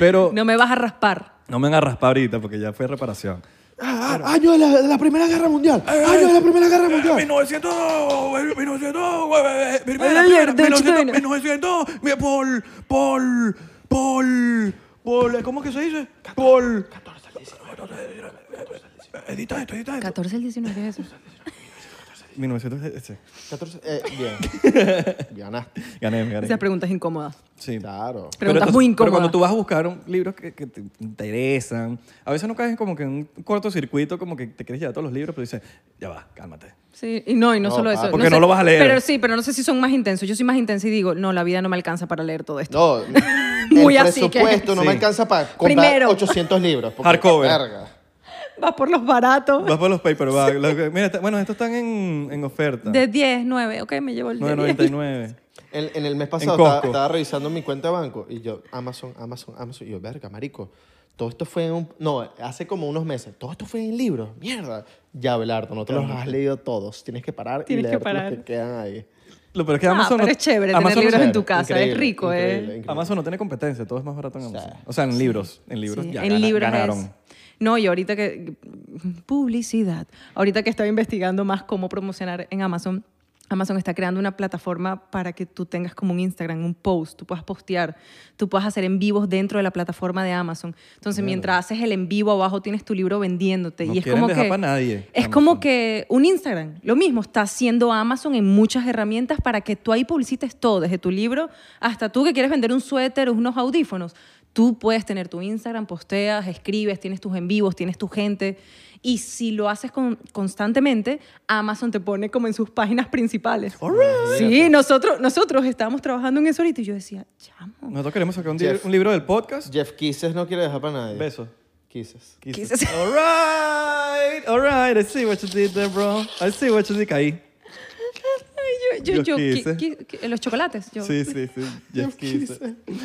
[SPEAKER 1] Pero no,
[SPEAKER 3] No me vas a raspar.
[SPEAKER 1] me van a raspar ahorita porque ya fue reparación. Eh,
[SPEAKER 2] Ah, ah, año de la, de la Primera Guerra Mundial. año de la Primera Guerra Mundial.
[SPEAKER 4] 1900, 1900, eh, eh, primera,
[SPEAKER 3] Ay,
[SPEAKER 4] primera,
[SPEAKER 3] Alberto,
[SPEAKER 4] 1900,
[SPEAKER 3] chino.
[SPEAKER 4] 1900, mira, Paul, Paul, Paul,
[SPEAKER 1] eh,
[SPEAKER 4] Paul, ¿cómo es que se dice? Paul. Edita esto, edita esto.
[SPEAKER 3] 14 al 19 es eso.
[SPEAKER 1] 1900, sí.
[SPEAKER 2] 14, eh, bien. Ganaste.
[SPEAKER 1] gané, me gané.
[SPEAKER 3] Esas preguntas incómodas.
[SPEAKER 1] Sí.
[SPEAKER 2] Claro.
[SPEAKER 1] Pero
[SPEAKER 3] Preguntas
[SPEAKER 1] entonces-
[SPEAKER 3] muy
[SPEAKER 1] Pero
[SPEAKER 3] incómodas.
[SPEAKER 1] cuando tú vas a buscar un, libros que, que te interesan, a veces no caes como que en un cortocircuito, como que te quieres llevar todos los libros, pero dices, ya va, cálmate.
[SPEAKER 3] Sí, y no, y no,
[SPEAKER 2] No,
[SPEAKER 3] solo
[SPEAKER 2] pa,
[SPEAKER 3] eso.
[SPEAKER 1] porque no lo vas a leer.
[SPEAKER 3] Pero sí, pero no sé si son más intensos. Yo soy más intensa y digo, no, la vida no me alcanza para leer todo esto.
[SPEAKER 2] No, el
[SPEAKER 3] Muy así que-
[SPEAKER 2] presupuesto no
[SPEAKER 1] Sí.
[SPEAKER 2] me alcanza para comprar
[SPEAKER 3] Primero.
[SPEAKER 2] 800 libros. porque,
[SPEAKER 1] Hardcover.
[SPEAKER 2] verga.
[SPEAKER 3] Vas por los baratos.
[SPEAKER 1] Vas por los paperbacks. los que- mira, está- bueno, estos están en, en oferta.
[SPEAKER 3] De 10, 9. Ok, me llevo el de 10.
[SPEAKER 1] 9.99.
[SPEAKER 2] En, en el mes
[SPEAKER 1] En
[SPEAKER 2] pasado estaba,
[SPEAKER 1] Costco.
[SPEAKER 2] estaba revisando mi cuenta de banco y yo, Amazon, Amazon, Amazon. Y yo, verga, marico. Todo esto fue en un. No, hace como unos meses. Todo esto fue en libros. Mierda. Ya, Belardo, no te los has leído todos. Tienes que parar
[SPEAKER 3] Tienes
[SPEAKER 2] y
[SPEAKER 3] que
[SPEAKER 2] leer
[SPEAKER 3] parar.
[SPEAKER 2] los que quedan ahí.
[SPEAKER 1] Lo peor es que
[SPEAKER 3] Ah,
[SPEAKER 1] Amazon.
[SPEAKER 3] pero
[SPEAKER 1] no-
[SPEAKER 3] es chévere tener
[SPEAKER 1] Amazon, no-
[SPEAKER 3] libros en tu
[SPEAKER 2] Chévere,
[SPEAKER 3] casa, es
[SPEAKER 2] increíble,
[SPEAKER 3] rico, ¿eh?
[SPEAKER 2] increíble, increíble.
[SPEAKER 1] Amazon no tiene competencia, todo es más barato en Amazon.
[SPEAKER 2] Sí.
[SPEAKER 1] O sea, en libros. En libros
[SPEAKER 3] Sí,
[SPEAKER 1] ya
[SPEAKER 3] en
[SPEAKER 1] gana-
[SPEAKER 3] libros es-
[SPEAKER 1] ganaron.
[SPEAKER 3] No, y ahorita que... Publicidad. Ahorita que estaba investigando más cómo promocionar en Amazon, Amazon está creando una plataforma para que tú tengas como un Instagram, un post, tú puedas postear, tú puedas hacer en vivos dentro de la plataforma de Amazon. Entonces, mientras haces el en vivo abajo, tienes tu libro vendiéndote.
[SPEAKER 1] No
[SPEAKER 3] y es
[SPEAKER 1] quieren
[SPEAKER 3] como
[SPEAKER 1] dejar
[SPEAKER 3] que,
[SPEAKER 1] pa' nadie,
[SPEAKER 3] Es como
[SPEAKER 1] Amazon.
[SPEAKER 3] que un Instagram, lo mismo, está haciendo Amazon en muchas herramientas para que tú ahí publicites todo, desde tu libro hasta tú que quieres vender un suéter o unos audífonos. Tú puedes tener tu Instagram, posteas, escribes, tienes tus en vivos, tienes tu gente. Y si lo haces con- constantemente, Amazon te pone como en sus páginas principales.
[SPEAKER 1] Oh,
[SPEAKER 3] Sí, nosotros, nosotros estábamos trabajando en eso ahorita y yo decía, chamo,
[SPEAKER 1] Nosotros queremos sacar un, di-
[SPEAKER 2] Jeff.
[SPEAKER 1] un libro del podcast.
[SPEAKER 2] Jeff Kisses no quiere dejar para nadie.
[SPEAKER 1] Besos.
[SPEAKER 2] Kisses.
[SPEAKER 3] ¿qué
[SPEAKER 1] Kisses.
[SPEAKER 3] es eso?
[SPEAKER 1] All right, all right. I see what you did there, bro. I see what you did ahí.
[SPEAKER 3] Ay, yo- yo-
[SPEAKER 1] Yo
[SPEAKER 3] yo, ¿qué-
[SPEAKER 1] quise.
[SPEAKER 3] qué- qué- los chocolates. Yo,
[SPEAKER 1] Sí, sí, sí. Jeff Kisses.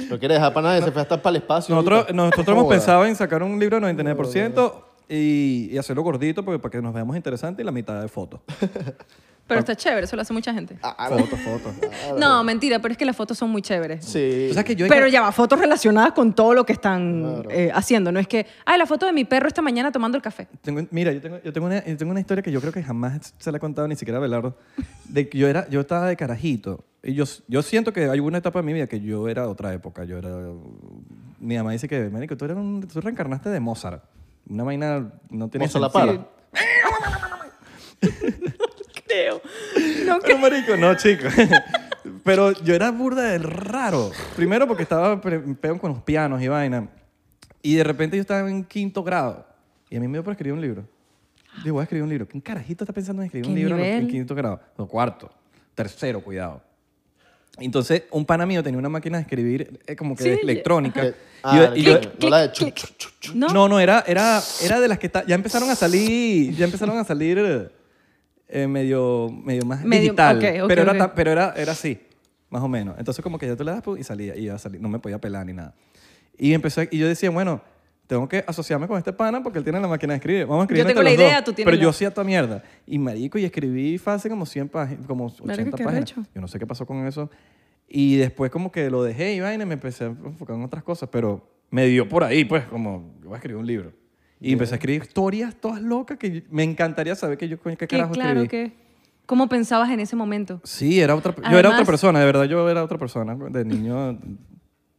[SPEAKER 2] No quiere dejar para nadie, se fue hasta para el espacio.
[SPEAKER 1] Nosotros,
[SPEAKER 2] ahorita.
[SPEAKER 1] nosotros hemos
[SPEAKER 2] Joda.
[SPEAKER 1] pensado en sacar un libro del 99% y, y hacerlo gordito porque, para que nos veamos interesantes y la mitad de fotos.
[SPEAKER 3] Pero está chévere, eso lo hace mucha gente.
[SPEAKER 2] Ah, ah,
[SPEAKER 1] Fotos, fotos.
[SPEAKER 3] No, mentira, pero es que las fotos son muy chéveres.
[SPEAKER 2] Sí.
[SPEAKER 1] O sea que yo
[SPEAKER 3] Pero ya va, fotos relacionadas con todo lo que están eh, haciendo. No es que, ah, la foto de mi perro esta mañana tomando el café.
[SPEAKER 1] Tengo- mira, yo tengo, yo, tengo una, yo tengo una historia que yo creo que jamás se la he contado ni siquiera a Belardo. De que yo, era, yo estaba de carajito. Y yo, yo siento que hay una etapa en mi vida que yo era otra época. Yo era... Mi mamá dice que, marico, tú, eras un, tú reencarnaste de Mozart. Una vaina no tiene
[SPEAKER 2] Mozart la
[SPEAKER 1] sentido.
[SPEAKER 2] para.
[SPEAKER 3] Creo. No,
[SPEAKER 1] Pero, marico, no, chico. Pero yo era burda del raro. Primero porque estaba pre- peón con los pianos y vaina. Y de repente yo estaba en quinto grado. Y a mí me dio por escribir un libro. Digo, voy a escribir un libro. ¿Quién carajito está pensando en escribir un
[SPEAKER 3] ¿Qué
[SPEAKER 1] libro en- en
[SPEAKER 3] nivel?
[SPEAKER 1] quinto grado? No, cuarto. Tercero, cuidado. Entonces, un pana mío tenía una máquina de escribir eh, como que
[SPEAKER 3] Sí,
[SPEAKER 1] electrónica.
[SPEAKER 2] Que-
[SPEAKER 1] Y yo-
[SPEAKER 2] ah,
[SPEAKER 1] y yo-
[SPEAKER 2] no, no la de chu, chu, chu, chu.
[SPEAKER 3] ¿No?
[SPEAKER 1] no, no, era, era, era de las que está, ya empezaron a salir, ya empezaron a salir eh, medio, medio más
[SPEAKER 3] Medio-
[SPEAKER 1] digital.
[SPEAKER 3] ok, ok,
[SPEAKER 1] pero era,
[SPEAKER 3] ok.
[SPEAKER 1] tan- pero era, era así, más o menos. Entonces como que ya tú le das pum, pues, y salía, y iba a salir, no me podía pelar ni nada. Y empezó, y yo decía, bueno, tengo que asociarme con este pana porque él tiene la máquina de escribir. Vamos a escribir
[SPEAKER 3] Yo tengo
[SPEAKER 1] entre
[SPEAKER 3] la
[SPEAKER 1] los
[SPEAKER 3] idea,
[SPEAKER 1] dos.
[SPEAKER 3] tú tienes
[SPEAKER 1] Pero
[SPEAKER 3] la-
[SPEAKER 1] yo hacía toda mierda. Y marico, y escribí fácil como 100 páginas, como 80
[SPEAKER 3] qué
[SPEAKER 1] páginas.
[SPEAKER 3] arrecho.
[SPEAKER 1] Yo no sé qué pasó con eso. Y después como que lo dejé y vaina, me empecé a enfocar en otras cosas, pero me dio por ahí, pues, como, yo voy a escribir un libro. Y empecé a escribir historias todas locas que yo- me encantaría saber que yo, coño, qué
[SPEAKER 3] que
[SPEAKER 1] carajo
[SPEAKER 3] claro
[SPEAKER 1] escribí.
[SPEAKER 3] que. ¿Cómo pensabas en ese momento?
[SPEAKER 1] Sí, era otra, yo era otra
[SPEAKER 3] Además-
[SPEAKER 1] persona, de verdad, yo era otra persona. pues, De niño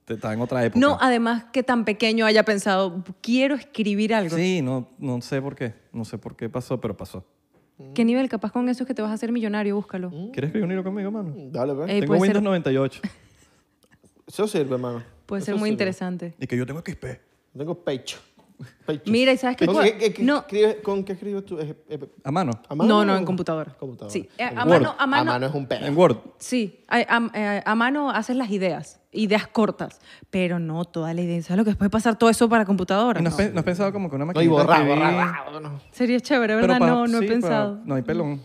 [SPEAKER 1] te- estaba en otra época.
[SPEAKER 3] No, además que tan pequeño haya pensado, quiero escribir algo.
[SPEAKER 1] sí, no, no sé por qué, no sé por qué pasó, pero pasó.
[SPEAKER 3] ¿Qué nivel capaz con eso es que te vas a hacer millonario? Búscalo.
[SPEAKER 1] ¿Quieres escribir un libro conmigo, mano?
[SPEAKER 2] Dale, pues. ve.
[SPEAKER 3] Eh,
[SPEAKER 1] Tengo
[SPEAKER 3] puede ser-
[SPEAKER 1] Windows 98.
[SPEAKER 2] Eso sirve, hermano.
[SPEAKER 3] Puede
[SPEAKER 2] Eso
[SPEAKER 3] ser muy
[SPEAKER 2] sirve.
[SPEAKER 3] interesante.
[SPEAKER 1] y que yo tengo XP.
[SPEAKER 2] Yo Tengo pecho. Pecho.
[SPEAKER 3] Mira, ¿y sabes qué?
[SPEAKER 2] ¿Con
[SPEAKER 3] Tú-
[SPEAKER 2] qué, qué- qué
[SPEAKER 3] no.
[SPEAKER 2] escribes- ¿Con qué escribes tú? Eh, eh,
[SPEAKER 1] A mano.
[SPEAKER 2] ¿A mano?
[SPEAKER 3] No, no, en computadora.
[SPEAKER 2] Computadora.
[SPEAKER 3] Sí, eh,
[SPEAKER 2] En
[SPEAKER 3] a
[SPEAKER 2] Word.
[SPEAKER 3] mano, a mano,
[SPEAKER 2] es un
[SPEAKER 1] En
[SPEAKER 2] perro.
[SPEAKER 1] Word.
[SPEAKER 3] Sí, a, a- eh, a mano haces las ideas, ideas cortas, pero no toda la idea. ¿Sabes lo que puede pasar todo eso para computadora?
[SPEAKER 1] ¿Y no, has
[SPEAKER 3] No.
[SPEAKER 1] pe- no has pensado como que una
[SPEAKER 2] No,
[SPEAKER 1] máquina
[SPEAKER 2] y borrar, borrar, borrar, no.
[SPEAKER 3] Sería chévere, ¿verdad?
[SPEAKER 1] pa-
[SPEAKER 3] no, no
[SPEAKER 1] sí,
[SPEAKER 3] he
[SPEAKER 1] pa-
[SPEAKER 3] pensado.
[SPEAKER 1] no hay pelón.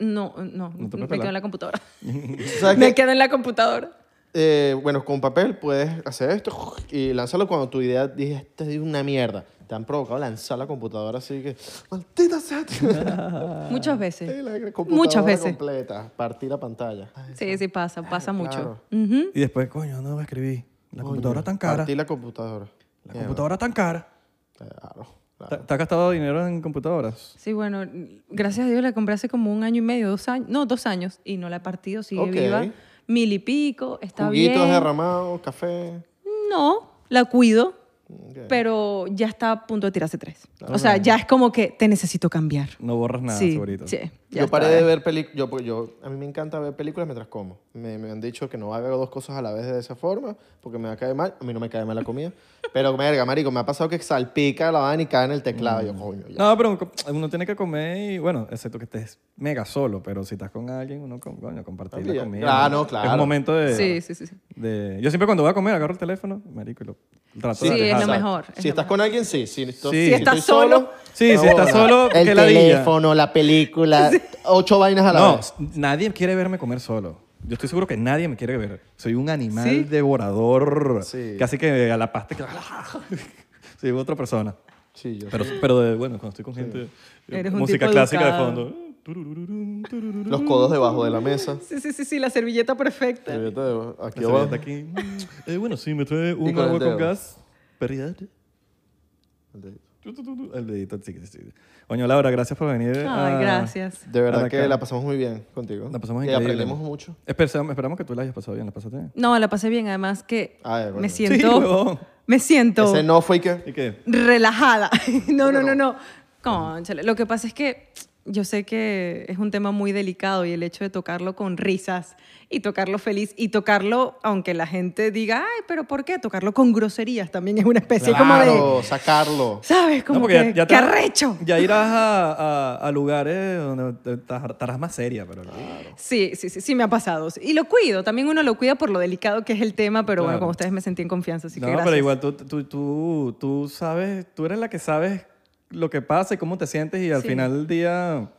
[SPEAKER 3] No, no,
[SPEAKER 1] No te puedes
[SPEAKER 3] me
[SPEAKER 1] pelar.
[SPEAKER 3] quedo en la computadora.
[SPEAKER 2] ¿Sabes
[SPEAKER 3] me
[SPEAKER 2] qué?
[SPEAKER 3] quedo en la computadora.
[SPEAKER 2] Eh, bueno, con papel puedes hacer esto y lanzarlo cuando tu idea dices, esta es una mierda. Te han provocado lanzar la computadora así que, maldita sea.
[SPEAKER 3] Muchas veces.
[SPEAKER 2] Ah, la
[SPEAKER 3] Muchas
[SPEAKER 2] computadora
[SPEAKER 3] veces.
[SPEAKER 2] completa, partir la pantalla.
[SPEAKER 3] Sí, sí, pasa, pasa mucho.
[SPEAKER 2] claro.
[SPEAKER 3] Ujú.
[SPEAKER 1] Y después, coño, no voy a escribir. La
[SPEAKER 2] Coño,
[SPEAKER 1] computadora tan cara.
[SPEAKER 2] Partir la computadora.
[SPEAKER 1] La
[SPEAKER 2] Mierda. Eh,
[SPEAKER 1] computadora tan cara.
[SPEAKER 2] Claro, claro.
[SPEAKER 1] ¿Te te has gastado dinero en computadoras?
[SPEAKER 3] Sí, bueno, gracias a Dios la compré hace como un año y medio, dos años, no, dos años, y no la he partido, sigue
[SPEAKER 2] Ok.
[SPEAKER 3] viva. Mil y pico, está
[SPEAKER 2] Juguitos
[SPEAKER 3] bien.
[SPEAKER 2] derramados, café.
[SPEAKER 3] No, la cuido,
[SPEAKER 2] Ok.
[SPEAKER 3] pero ya está a punto de tirarse tres. O
[SPEAKER 2] Ah.
[SPEAKER 3] sea, ya es como que te necesito cambiar.
[SPEAKER 1] No borras nada,
[SPEAKER 3] sí,
[SPEAKER 1] segurito.
[SPEAKER 3] sí, ya
[SPEAKER 2] yo
[SPEAKER 3] está.
[SPEAKER 2] paré de ver películas. Yo, pues, yo, a mí me encanta ver películas mientras como. Me, me han dicho que no haga dos cosas a la vez de esa forma porque me va a caer mal. A mí no me cae mal la comida. pero, verga, marico, me ha pasado que salpica la vaina y cae en el teclado.
[SPEAKER 1] Mm.
[SPEAKER 2] Yo, coño, ya.
[SPEAKER 1] No, pero uno tiene que comer y, bueno, excepto que estés mega solo, pero si estás con alguien, uno, com- coño, compartir la
[SPEAKER 2] Familia.
[SPEAKER 1] comida.
[SPEAKER 2] Ah,
[SPEAKER 1] ¿no?
[SPEAKER 2] no, claro.
[SPEAKER 1] Es un momento de,
[SPEAKER 3] Sí, sí, sí. sí.
[SPEAKER 1] de- Yo siempre cuando voy a comer agarro el teléfono, marico, y lo trato
[SPEAKER 3] Sí,
[SPEAKER 1] de
[SPEAKER 3] es lo
[SPEAKER 1] alejar.
[SPEAKER 2] Exacto.
[SPEAKER 3] mejor, es
[SPEAKER 2] Si
[SPEAKER 3] lo
[SPEAKER 2] estás
[SPEAKER 3] mejor.
[SPEAKER 2] con alguien, sí. Si, esto-
[SPEAKER 1] Sí. Si
[SPEAKER 3] estás
[SPEAKER 2] estoy
[SPEAKER 3] solo.
[SPEAKER 1] Sí, si estás solo,
[SPEAKER 2] El
[SPEAKER 1] qué ladilla.
[SPEAKER 2] teléfono, la película, ocho vainas a la
[SPEAKER 1] No,
[SPEAKER 2] vez.
[SPEAKER 1] nadie quiere verme comer solo. Yo estoy seguro que nadie me quiere ver. Soy un animal devorador.
[SPEAKER 2] Sí.
[SPEAKER 1] Casi que a la pasta que... Soy otra persona.
[SPEAKER 2] Sí, yo
[SPEAKER 1] Pero, pero de- bueno, cuando estoy con gente... eh,
[SPEAKER 3] Eres un
[SPEAKER 1] música
[SPEAKER 3] tipo
[SPEAKER 1] clásica
[SPEAKER 3] educado.
[SPEAKER 1] de fondo. Turururum, turururum.
[SPEAKER 3] Mm.
[SPEAKER 2] Los codos debajo de la mesa.
[SPEAKER 3] Sí, sí, sí, sí, la servilleta perfecta.
[SPEAKER 2] Yo te- Aquí
[SPEAKER 1] La
[SPEAKER 2] abajo.
[SPEAKER 1] servilleta aquí. Mm, eh, bueno, sí, me trae un
[SPEAKER 2] con el
[SPEAKER 1] agua con
[SPEAKER 2] dedo.
[SPEAKER 1] gas. Perrier. Tu, tu, tu, tu, El dedito. sí, sí, sí. Coño, Laura, gracias por venir. a-
[SPEAKER 2] Ah.
[SPEAKER 3] Ay, gracias.
[SPEAKER 2] De verdad
[SPEAKER 1] Ahora
[SPEAKER 2] que
[SPEAKER 1] acá.
[SPEAKER 2] la pasamos muy bien contigo.
[SPEAKER 1] La pasamos
[SPEAKER 2] y
[SPEAKER 1] increíble.
[SPEAKER 2] aprendimos mucho.
[SPEAKER 1] Esperamos, esperamos que tú la hayas pasado bien. ¿La pasaste bien?
[SPEAKER 3] No, la pasé bien. Además que
[SPEAKER 2] Ah, de verdad.
[SPEAKER 3] me
[SPEAKER 1] Sí,
[SPEAKER 3] siento...
[SPEAKER 1] huevón.
[SPEAKER 3] me siento...
[SPEAKER 2] Ese no fue que...
[SPEAKER 1] ¿Y qué?
[SPEAKER 3] relajada. No, no, no, no. Cónchale. Lo que pasa es que yo sé que es un tema muy delicado y el hecho de tocarlo con risas y tocarlo feliz y tocarlo, aunque la gente diga, ay, pero ¿por qué? Tocarlo con groserías también es una especie como de.
[SPEAKER 2] Claro, sacarlo.
[SPEAKER 3] ¿Sabes? Como
[SPEAKER 1] No, porque
[SPEAKER 3] que,
[SPEAKER 1] ya- ya te-
[SPEAKER 3] que arrecho.
[SPEAKER 1] Ya irás a, a- a lugares donde te- te- estarás más seria, pero...
[SPEAKER 3] Sí, sí, sí, sí me ha pasado. Y lo cuido, también uno lo cuida por lo delicado que es el tema, pero bueno,
[SPEAKER 1] Claro.
[SPEAKER 3] con ustedes me sentí en confianza, así que
[SPEAKER 1] no,
[SPEAKER 3] gracias.
[SPEAKER 1] pero igual tú, tú, tú, tú sabes, tú eres la que sabes lo que pasa y cómo te sientes y al
[SPEAKER 3] Sí.
[SPEAKER 1] final del día,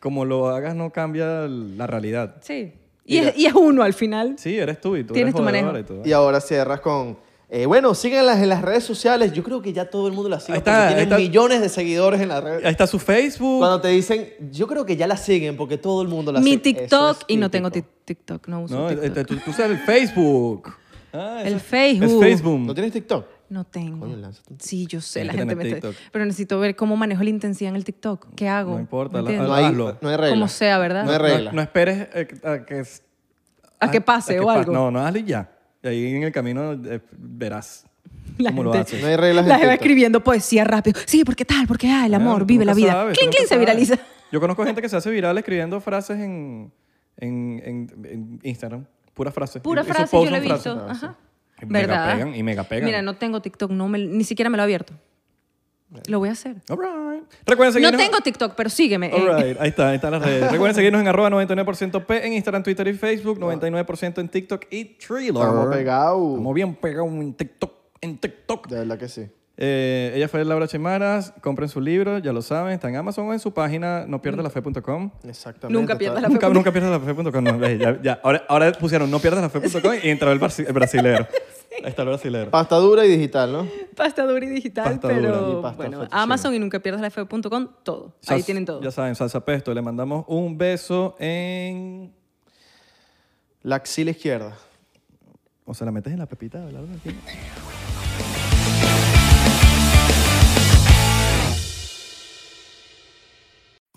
[SPEAKER 1] como lo hagas, no cambia la realidad.
[SPEAKER 3] Sí. Y
[SPEAKER 2] Mira.
[SPEAKER 3] es, y es uno al final.
[SPEAKER 1] Sí, eres tú y tú
[SPEAKER 3] Tienes
[SPEAKER 1] eres
[SPEAKER 3] tu
[SPEAKER 1] jodedora
[SPEAKER 3] manejo.
[SPEAKER 1] y todo.
[SPEAKER 2] Y ahora cierras con... eh, bueno, síganlas en las redes sociales. Yo creo que ya todo el mundo las sigue
[SPEAKER 1] Ahí
[SPEAKER 2] porque
[SPEAKER 1] está, ahí
[SPEAKER 2] tienen
[SPEAKER 1] está.
[SPEAKER 2] millones de seguidores en las redes.
[SPEAKER 1] Ahí está su Facebook.
[SPEAKER 2] Cuando te dicen, yo creo que ya la siguen porque todo el mundo la
[SPEAKER 3] Mi
[SPEAKER 2] sigue.
[SPEAKER 3] TikTok, y no tengo
[SPEAKER 2] TikTok.
[SPEAKER 3] tic- TikTok, no uso
[SPEAKER 1] No,
[SPEAKER 3] TikTok.
[SPEAKER 1] este, tú, tú usas el Facebook. Ah,
[SPEAKER 3] El
[SPEAKER 1] eso-
[SPEAKER 3] Facebook.
[SPEAKER 1] Es Facebook.
[SPEAKER 2] ¿No tienes TikTok?
[SPEAKER 3] No tengo.
[SPEAKER 2] Coño, lánzate un
[SPEAKER 3] sí, yo sé,
[SPEAKER 1] Tienes
[SPEAKER 3] la
[SPEAKER 1] que
[SPEAKER 3] gente me
[SPEAKER 1] tener
[SPEAKER 3] está-
[SPEAKER 1] TikTok.
[SPEAKER 3] Pero necesito ver cómo manejo la intensidad en el TikTok. ¿Qué hago?
[SPEAKER 1] No importa,
[SPEAKER 3] ¿Me
[SPEAKER 1] la-
[SPEAKER 3] entiendes?
[SPEAKER 2] No hay,
[SPEAKER 1] Hazlo.
[SPEAKER 2] no hay regla.
[SPEAKER 3] Como sea, ¿verdad?
[SPEAKER 2] No hay regla.
[SPEAKER 1] No, no esperes eh, a que... s-
[SPEAKER 3] A que pase o
[SPEAKER 1] ah, pa-
[SPEAKER 3] algo.
[SPEAKER 1] No, no hazlo y ya. Y ahí en el camino eh, verás
[SPEAKER 3] La
[SPEAKER 1] cómo lo
[SPEAKER 3] gente-
[SPEAKER 1] haces.
[SPEAKER 2] No hay reglas en
[SPEAKER 3] La jeva
[SPEAKER 2] TikTok.
[SPEAKER 3] escribiendo poesía rápido. Sí, porque tal, porque ah, el amor,
[SPEAKER 1] Claro,
[SPEAKER 3] vive
[SPEAKER 1] tú
[SPEAKER 3] la
[SPEAKER 1] nunca
[SPEAKER 3] vida.
[SPEAKER 1] sabes, tú
[SPEAKER 3] clean,
[SPEAKER 1] nunca
[SPEAKER 3] clean se
[SPEAKER 1] sabes.
[SPEAKER 3] viraliza.
[SPEAKER 1] Yo conozco gente que se hace viral escribiendo frases en, en, en- en Instagram. Puras frases.
[SPEAKER 3] Pura
[SPEAKER 1] Y- y sus
[SPEAKER 3] frase,
[SPEAKER 1] posts
[SPEAKER 3] yo la
[SPEAKER 1] son
[SPEAKER 3] he
[SPEAKER 1] frases.
[SPEAKER 3] visto. Ajá.
[SPEAKER 1] Y mega
[SPEAKER 3] ¿Verdad?
[SPEAKER 1] pegan, y mega pegan.
[SPEAKER 3] Mira, no tengo TikTok, no me- ni siquiera me lo he abierto. Lo voy a hacer.
[SPEAKER 1] All right. Recuerden
[SPEAKER 3] No
[SPEAKER 1] seguirnos.
[SPEAKER 3] tengo TikTok, pero sígueme. Eh,
[SPEAKER 1] All
[SPEAKER 3] en-
[SPEAKER 1] right. Ahí está, ahí están las redes. Recuerden seguirnos en arroba 99% P en Instagram, Twitter y Facebook, 99% en TikTok y Thriller.
[SPEAKER 2] Estamos pegados.
[SPEAKER 1] Estamos bien pegados en TikTok. En TikTok.
[SPEAKER 2] De verdad que sí.
[SPEAKER 1] Eh, ella fue Laura Chimaras. Compren su libro, ya lo saben. Está en Amazon o en su página no pierdas la fe.com.
[SPEAKER 2] Exactamente.
[SPEAKER 3] Nunca
[SPEAKER 2] Está-
[SPEAKER 3] pierdas la-
[SPEAKER 1] Nunca,
[SPEAKER 3] fe.com.
[SPEAKER 1] nunca pierdas la fe.com. No, ve, ya, ya. Ahora, ahora pusieron no pierdas la fe.com y entró el, barci- el brasilero. Ahí está el brasilero.
[SPEAKER 2] Pasta dura y digital, ¿no?
[SPEAKER 3] Pasta dura y digital,
[SPEAKER 1] Pasta dura.
[SPEAKER 3] pero
[SPEAKER 2] Y pasta
[SPEAKER 3] bueno,
[SPEAKER 2] fettuccine.
[SPEAKER 3] Amazon y nunca pierdas la fe.com, todo. Ahí
[SPEAKER 1] Sals-
[SPEAKER 3] tienen todo.
[SPEAKER 1] Ya saben, salsa pesto. Le mandamos un beso en.
[SPEAKER 2] La axila izquierda.
[SPEAKER 1] O sea, la metes en la pepita, ¿verdad?